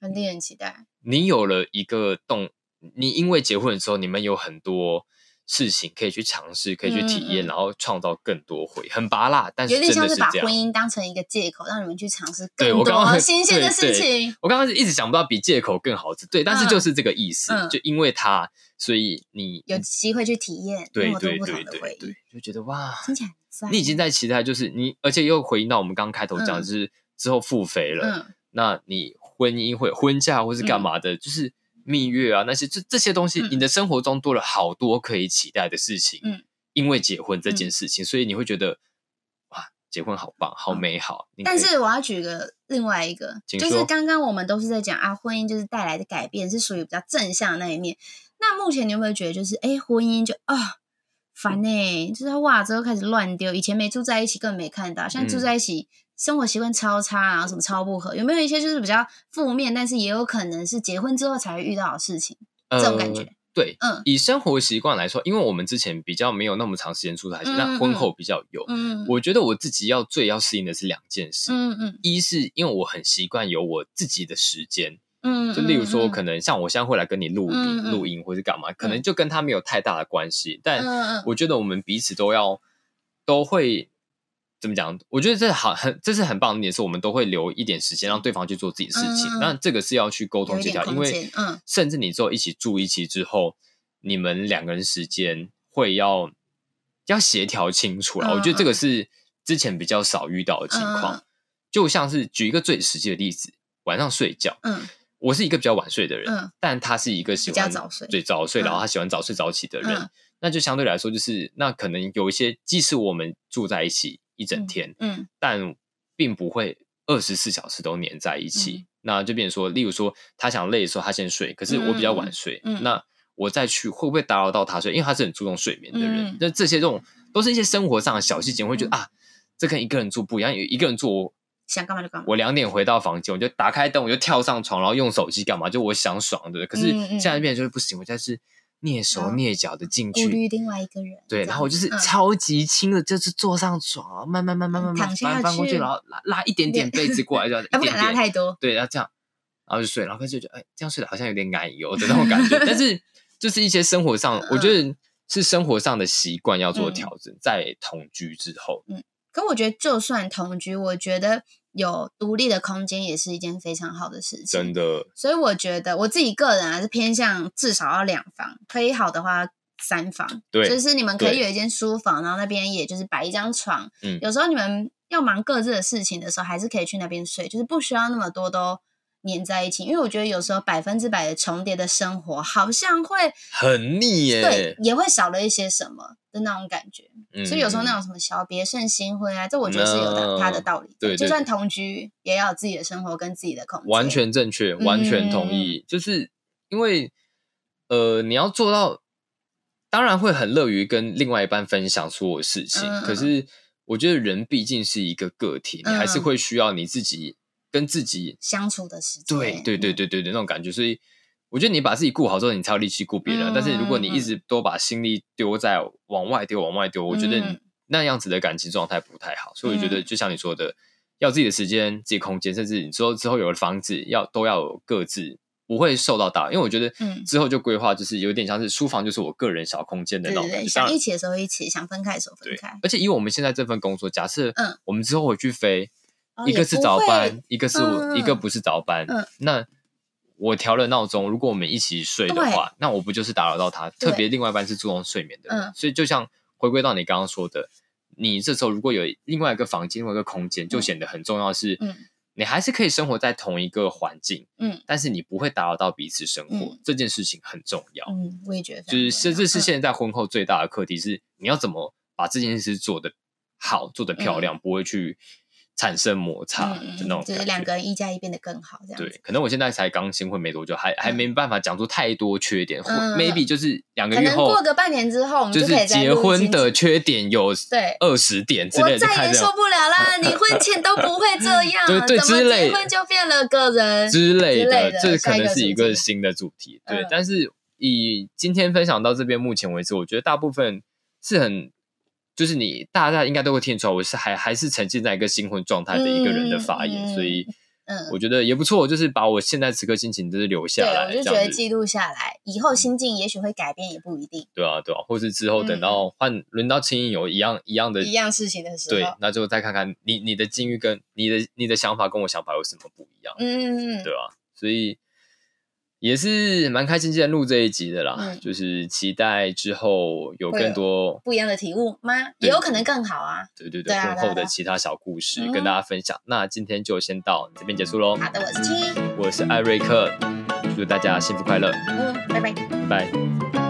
Speaker 2: 很令人期待。
Speaker 1: 你有了一个动，你因为结婚的时候，你们有很多事情可以去尝试，可以去体验，
Speaker 2: 嗯嗯
Speaker 1: 然后创造更多回，很拔辣，但是
Speaker 2: 有点
Speaker 1: 真
Speaker 2: 像
Speaker 1: 的
Speaker 2: 是
Speaker 1: 是
Speaker 2: 把
Speaker 1: 这
Speaker 2: 婚
Speaker 1: 样。
Speaker 2: 姻当成一个借口，让你们去尝试
Speaker 1: 对
Speaker 2: 更
Speaker 1: 我刚
Speaker 2: 多
Speaker 1: 刚
Speaker 2: 新鲜的
Speaker 1: 对
Speaker 2: 事
Speaker 1: 对
Speaker 2: 情。
Speaker 1: 我刚刚是一直想不到比借口更好吃，对，但是
Speaker 2: 嗯
Speaker 1: 就是这个意思，
Speaker 2: 嗯
Speaker 1: 就因为它，所以你
Speaker 2: 有机会去体验那
Speaker 1: 对
Speaker 2: 么多
Speaker 1: 对
Speaker 2: 不
Speaker 1: 对
Speaker 2: 同的回
Speaker 1: 对
Speaker 2: 忆
Speaker 1: 对，，就觉得哇，
Speaker 2: 听起来很赞。
Speaker 1: 你已经在期待，就是你，而且又回应到我们刚开头讲，
Speaker 2: 嗯
Speaker 1: 就是之后复肥了，
Speaker 2: 嗯，
Speaker 1: 那你婚姻会婚嫁或是干嘛的，就是蜜月啊那些，这这些东西，
Speaker 2: 嗯
Speaker 1: 你的生活中多了好多可以期待的事情。
Speaker 2: 嗯，
Speaker 1: 因为结婚这件事情，所以你会觉得哇，结婚好棒，好美好。你可以
Speaker 2: 嗯但是我要举个另外一个，
Speaker 1: 请
Speaker 2: 就是
Speaker 1: 说
Speaker 2: 刚刚我们都是在讲啊，婚姻就是带来的改变是属于比较正向的那一面。那目前你有没有觉得就是，哎，婚姻就啊、烦
Speaker 1: 嗯
Speaker 2: 呢、就是袜子都开始乱丢，以前没住在一起根本没看到，现在住
Speaker 1: 嗯
Speaker 2: 在一起。生活习惯超差，然后什么超不合，有没有一些就是比较负面，但是也有可能是结婚之后才会遇到的事情？这种感
Speaker 1: 呃
Speaker 2: 觉
Speaker 1: 对，
Speaker 2: 嗯
Speaker 1: 以生活习惯来说，因为我们之前比较没有那么长时间出差，
Speaker 2: 嗯
Speaker 1: 那婚后比较有。
Speaker 2: 嗯，
Speaker 1: 我觉得我自己要最要适应的是两件事，
Speaker 2: 嗯嗯
Speaker 1: 一是因为我很习惯有我自己的时间，
Speaker 2: 嗯，
Speaker 1: 就例如说，可
Speaker 2: 能
Speaker 1: 能像我现在会来跟你录音、
Speaker 2: 嗯嗯
Speaker 1: 录音或是干嘛，可能就跟他没有太大的关系，但
Speaker 2: 嗯嗯
Speaker 1: 我觉得我们彼此都要都会怎么讲？我觉得这好很这是很棒的一点，是我们都会留一点时间让对方去做自己的事情
Speaker 2: 嗯嗯。嗯
Speaker 1: 那、这个是要去沟通
Speaker 2: 有一
Speaker 1: 协
Speaker 2: 点
Speaker 1: 调，因
Speaker 2: 空
Speaker 1: 为
Speaker 2: 间嗯
Speaker 1: 甚至你之后一起住一起之后，你们两个人时间会要要协调清楚了。
Speaker 2: 嗯
Speaker 1: 我觉得这个是之前比较少遇到的情况。
Speaker 2: 嗯
Speaker 1: 就像是举一个最实际的例子，晚上睡觉，
Speaker 2: 嗯
Speaker 1: 我是一个比较晚睡的人，
Speaker 2: 嗯
Speaker 1: 但他是一个喜欢
Speaker 2: 比较早睡
Speaker 1: 对早睡，
Speaker 2: 嗯
Speaker 1: 然后他喜欢早睡早起的人，
Speaker 2: 嗯
Speaker 1: 那就相对来说就是那可能有一些，即使我们住在一起一整天，
Speaker 2: 嗯
Speaker 1: 但并不会二十四小时都黏在一起。
Speaker 2: 嗯
Speaker 1: 那就变成说，例如说他想累的时候他先睡，可是我比较晚睡，
Speaker 2: 嗯嗯嗯
Speaker 1: 那我再去会不会打扰到他睡？因为他是很注重睡眠的人
Speaker 2: 嗯，
Speaker 1: 那、这些这种都是一些生活上的小细节，我会觉得、啊，这跟一个人住不一样，一个人住我
Speaker 2: 想干嘛就干嘛，
Speaker 1: 我两点回到房间，我就打开灯，我就跳上床，然后用手机干嘛？就我想爽的。可是
Speaker 2: 嗯嗯
Speaker 1: 现在变成就是不行，我现在是蹑手
Speaker 2: 嗯
Speaker 1: 蹑脚的进
Speaker 2: 顾虑
Speaker 1: 去，
Speaker 2: 另外一个人，
Speaker 1: 对，
Speaker 2: 这
Speaker 1: 然后我就是
Speaker 2: 样子嗯
Speaker 1: 超级轻的，就是坐上床，然后慢慢慢慢慢慢
Speaker 2: 躺下
Speaker 1: 翻翻过去，
Speaker 2: 去
Speaker 1: 然后拉拉一点点被子过 来，这
Speaker 2: 嗯，
Speaker 1: 样一
Speaker 2: 不
Speaker 1: 点
Speaker 2: 敢拉
Speaker 1: 点，
Speaker 2: 太多，
Speaker 1: 对，然后这样，然后就睡，然后开始觉得哎，这样睡的好像有点奶油的那种感觉，但是就是一些生活上，我觉得是生活上的习惯要做
Speaker 2: 嗯
Speaker 1: 调整，在同居之后，
Speaker 2: 可我觉得就算同居，我觉得有独立的空间也是一件非常好的事情，
Speaker 1: 真的，
Speaker 2: 所以我觉得我自己个人还啊是偏向至少要两房，可以好的话三房，
Speaker 1: 对
Speaker 2: 就是你们可以
Speaker 1: 对
Speaker 2: 有一间书房，然后那边也就是摆一张床，
Speaker 1: 嗯
Speaker 2: 有时候你们要忙各自的事情的时候，还是可以去那边睡，就是不需要那么多都粘在一起，因为我觉得有时候百分之百的重叠的生活好像会
Speaker 1: 很腻耶、
Speaker 2: 对也会少了一些什么的那种感觉，
Speaker 1: 嗯
Speaker 2: 所以有时候
Speaker 1: 嗯
Speaker 2: 那种什么小别胜新婚啊，这我觉得是有它
Speaker 1: 嗯
Speaker 2: 它的道理的，
Speaker 1: 对对
Speaker 2: 就算同居也要有自己的生活跟自己的空间，
Speaker 1: 完全正确，完全同意。就是因为呃，你要做到，当然会很乐于跟另外一半分享所有事情，
Speaker 2: 嗯嗯
Speaker 1: 可是我觉得人毕竟是一个个体，你还是
Speaker 2: 嗯
Speaker 1: 会需要你自己跟自己。
Speaker 2: 相处的时间，
Speaker 1: 对对对
Speaker 2: 嗯
Speaker 1: 对对对，那种感觉，所以。我觉得你把自己顾好之后，你才有力气顾别人
Speaker 2: 嗯
Speaker 1: 啊。但是如果你
Speaker 2: 嗯
Speaker 1: 一直都把心力丢在往外丢、往外丢，我觉得你
Speaker 2: 嗯
Speaker 1: 那样子的感情状态不太好。所以我觉得，
Speaker 2: 嗯
Speaker 1: 就像你说的，要自己的时间、自己空间，甚至你之后之后有了房子，要都要有各自不会受到打扰。因为我觉得
Speaker 2: 嗯
Speaker 1: 之后就规划，就是有点像是书房，就是我个人小空间的
Speaker 2: 对
Speaker 1: 那
Speaker 2: 对
Speaker 1: 种感
Speaker 2: 对，
Speaker 1: 觉。
Speaker 2: 想
Speaker 1: 当然
Speaker 2: 一起的时候一起，想分开的时候分
Speaker 1: 对
Speaker 2: 开，，
Speaker 1: 而且以我们现在这份工作，假设
Speaker 2: 嗯
Speaker 1: 我们之后回去飞，
Speaker 2: 哦
Speaker 1: 一个是早，班，一个是我、
Speaker 2: 嗯嗯
Speaker 1: 一个不是早班。
Speaker 2: 嗯
Speaker 1: 那我调了闹钟，如果我们一起睡的话，那我不就是打扰到他？
Speaker 2: 对
Speaker 1: 特别另外一半是注重睡眠的人，
Speaker 2: 嗯
Speaker 1: 所以就像回归到你刚刚说的，你这时候如果有另外一个房间、另外一个空间，就显得很重要是。
Speaker 2: 嗯
Speaker 1: 你还是可以生活在同一个环境，
Speaker 2: 嗯
Speaker 1: 但是你不会打扰到彼此生活，
Speaker 2: 嗯
Speaker 1: 这件事情很重要。
Speaker 2: 不会嗯，我也觉得非常
Speaker 1: 就是
Speaker 2: 重
Speaker 1: 这
Speaker 2: 要
Speaker 1: 这是
Speaker 2: 嗯
Speaker 1: 现在婚后最大的课题是，你要怎么把这件事做得好，做得漂亮，不会去产生摩擦
Speaker 2: 嗯嗯
Speaker 1: 的那种
Speaker 2: 就
Speaker 1: 感
Speaker 2: 是
Speaker 1: 觉。
Speaker 2: 两个人一加一变得更好这样
Speaker 1: 对
Speaker 2: 子，，
Speaker 1: 可能我现在才刚新婚没多久，还还
Speaker 2: 嗯
Speaker 1: 没办法讲出太多缺点，或
Speaker 2: 嗯
Speaker 1: maybe 就是两个
Speaker 2: 可
Speaker 1: 月
Speaker 2: 能
Speaker 1: 后，
Speaker 2: 过个半年之后，我们
Speaker 1: 就
Speaker 2: 可以
Speaker 1: 是
Speaker 2: 再
Speaker 1: 结
Speaker 2: 录一
Speaker 1: 婚
Speaker 2: 集
Speaker 1: 的缺点有
Speaker 2: 对。
Speaker 1: 二十点之类
Speaker 2: 我
Speaker 1: 的，就
Speaker 2: 再
Speaker 1: 开
Speaker 2: 也
Speaker 1: 始
Speaker 2: 受不了啦！ 你婚前都不会这样，
Speaker 1: 对
Speaker 2: 怎
Speaker 1: 对
Speaker 2: 么
Speaker 1: 之类
Speaker 2: 结婚就变了个人？
Speaker 1: 之类
Speaker 2: 之类
Speaker 1: 的
Speaker 2: 的，
Speaker 1: 这
Speaker 2: 下
Speaker 1: 可
Speaker 2: 一
Speaker 1: 能
Speaker 2: 个
Speaker 1: 是
Speaker 2: 主
Speaker 1: 一个
Speaker 2: 题
Speaker 1: 新的主题。对，
Speaker 2: 嗯
Speaker 1: 但是以今天分享到这边，目前为止，我觉得大部分是很，就是你大家应该都会听出来，我是还还是沉浸在一个新婚状态的一个人的发
Speaker 2: 嗯
Speaker 1: 言，
Speaker 2: 嗯嗯
Speaker 1: 所以
Speaker 2: 嗯，
Speaker 1: 我觉得也不错，就是把我现在此刻心情就是留下
Speaker 2: 对，
Speaker 1: 来，
Speaker 2: 我就
Speaker 1: 这
Speaker 2: 觉得
Speaker 1: 样子。
Speaker 2: 记录下来，以后心境也许会改变，也不一定。
Speaker 1: 对啊，对啊，或是之后等
Speaker 2: 嗯
Speaker 1: 到换轮到亲影有一样一样的
Speaker 2: 一样事情的时
Speaker 1: 对
Speaker 2: 候，，
Speaker 1: 那就再看看你你的境遇跟你的你的想法跟我想法有什么不一样。
Speaker 2: 嗯嗯嗯
Speaker 1: 对吧、所以也是蛮开心今天录这一集的啦，
Speaker 2: 嗯
Speaker 1: 就是期待之后有更多
Speaker 2: 不一样的体悟吗？
Speaker 1: 对
Speaker 2: 也有可能更好啊。
Speaker 1: 对对
Speaker 2: 对
Speaker 1: 对
Speaker 2: 啊
Speaker 1: 婚
Speaker 2: 对啊
Speaker 1: 后
Speaker 2: 对
Speaker 1: 的
Speaker 2: 啊
Speaker 1: 其他小故事
Speaker 2: 嗯
Speaker 1: 跟大家分享。那今天就先到这边结束喽，
Speaker 2: 好的，我是七，
Speaker 1: 我是艾瑞克，祝大家幸福快乐，
Speaker 2: 嗯，拜拜。
Speaker 1: 拜拜。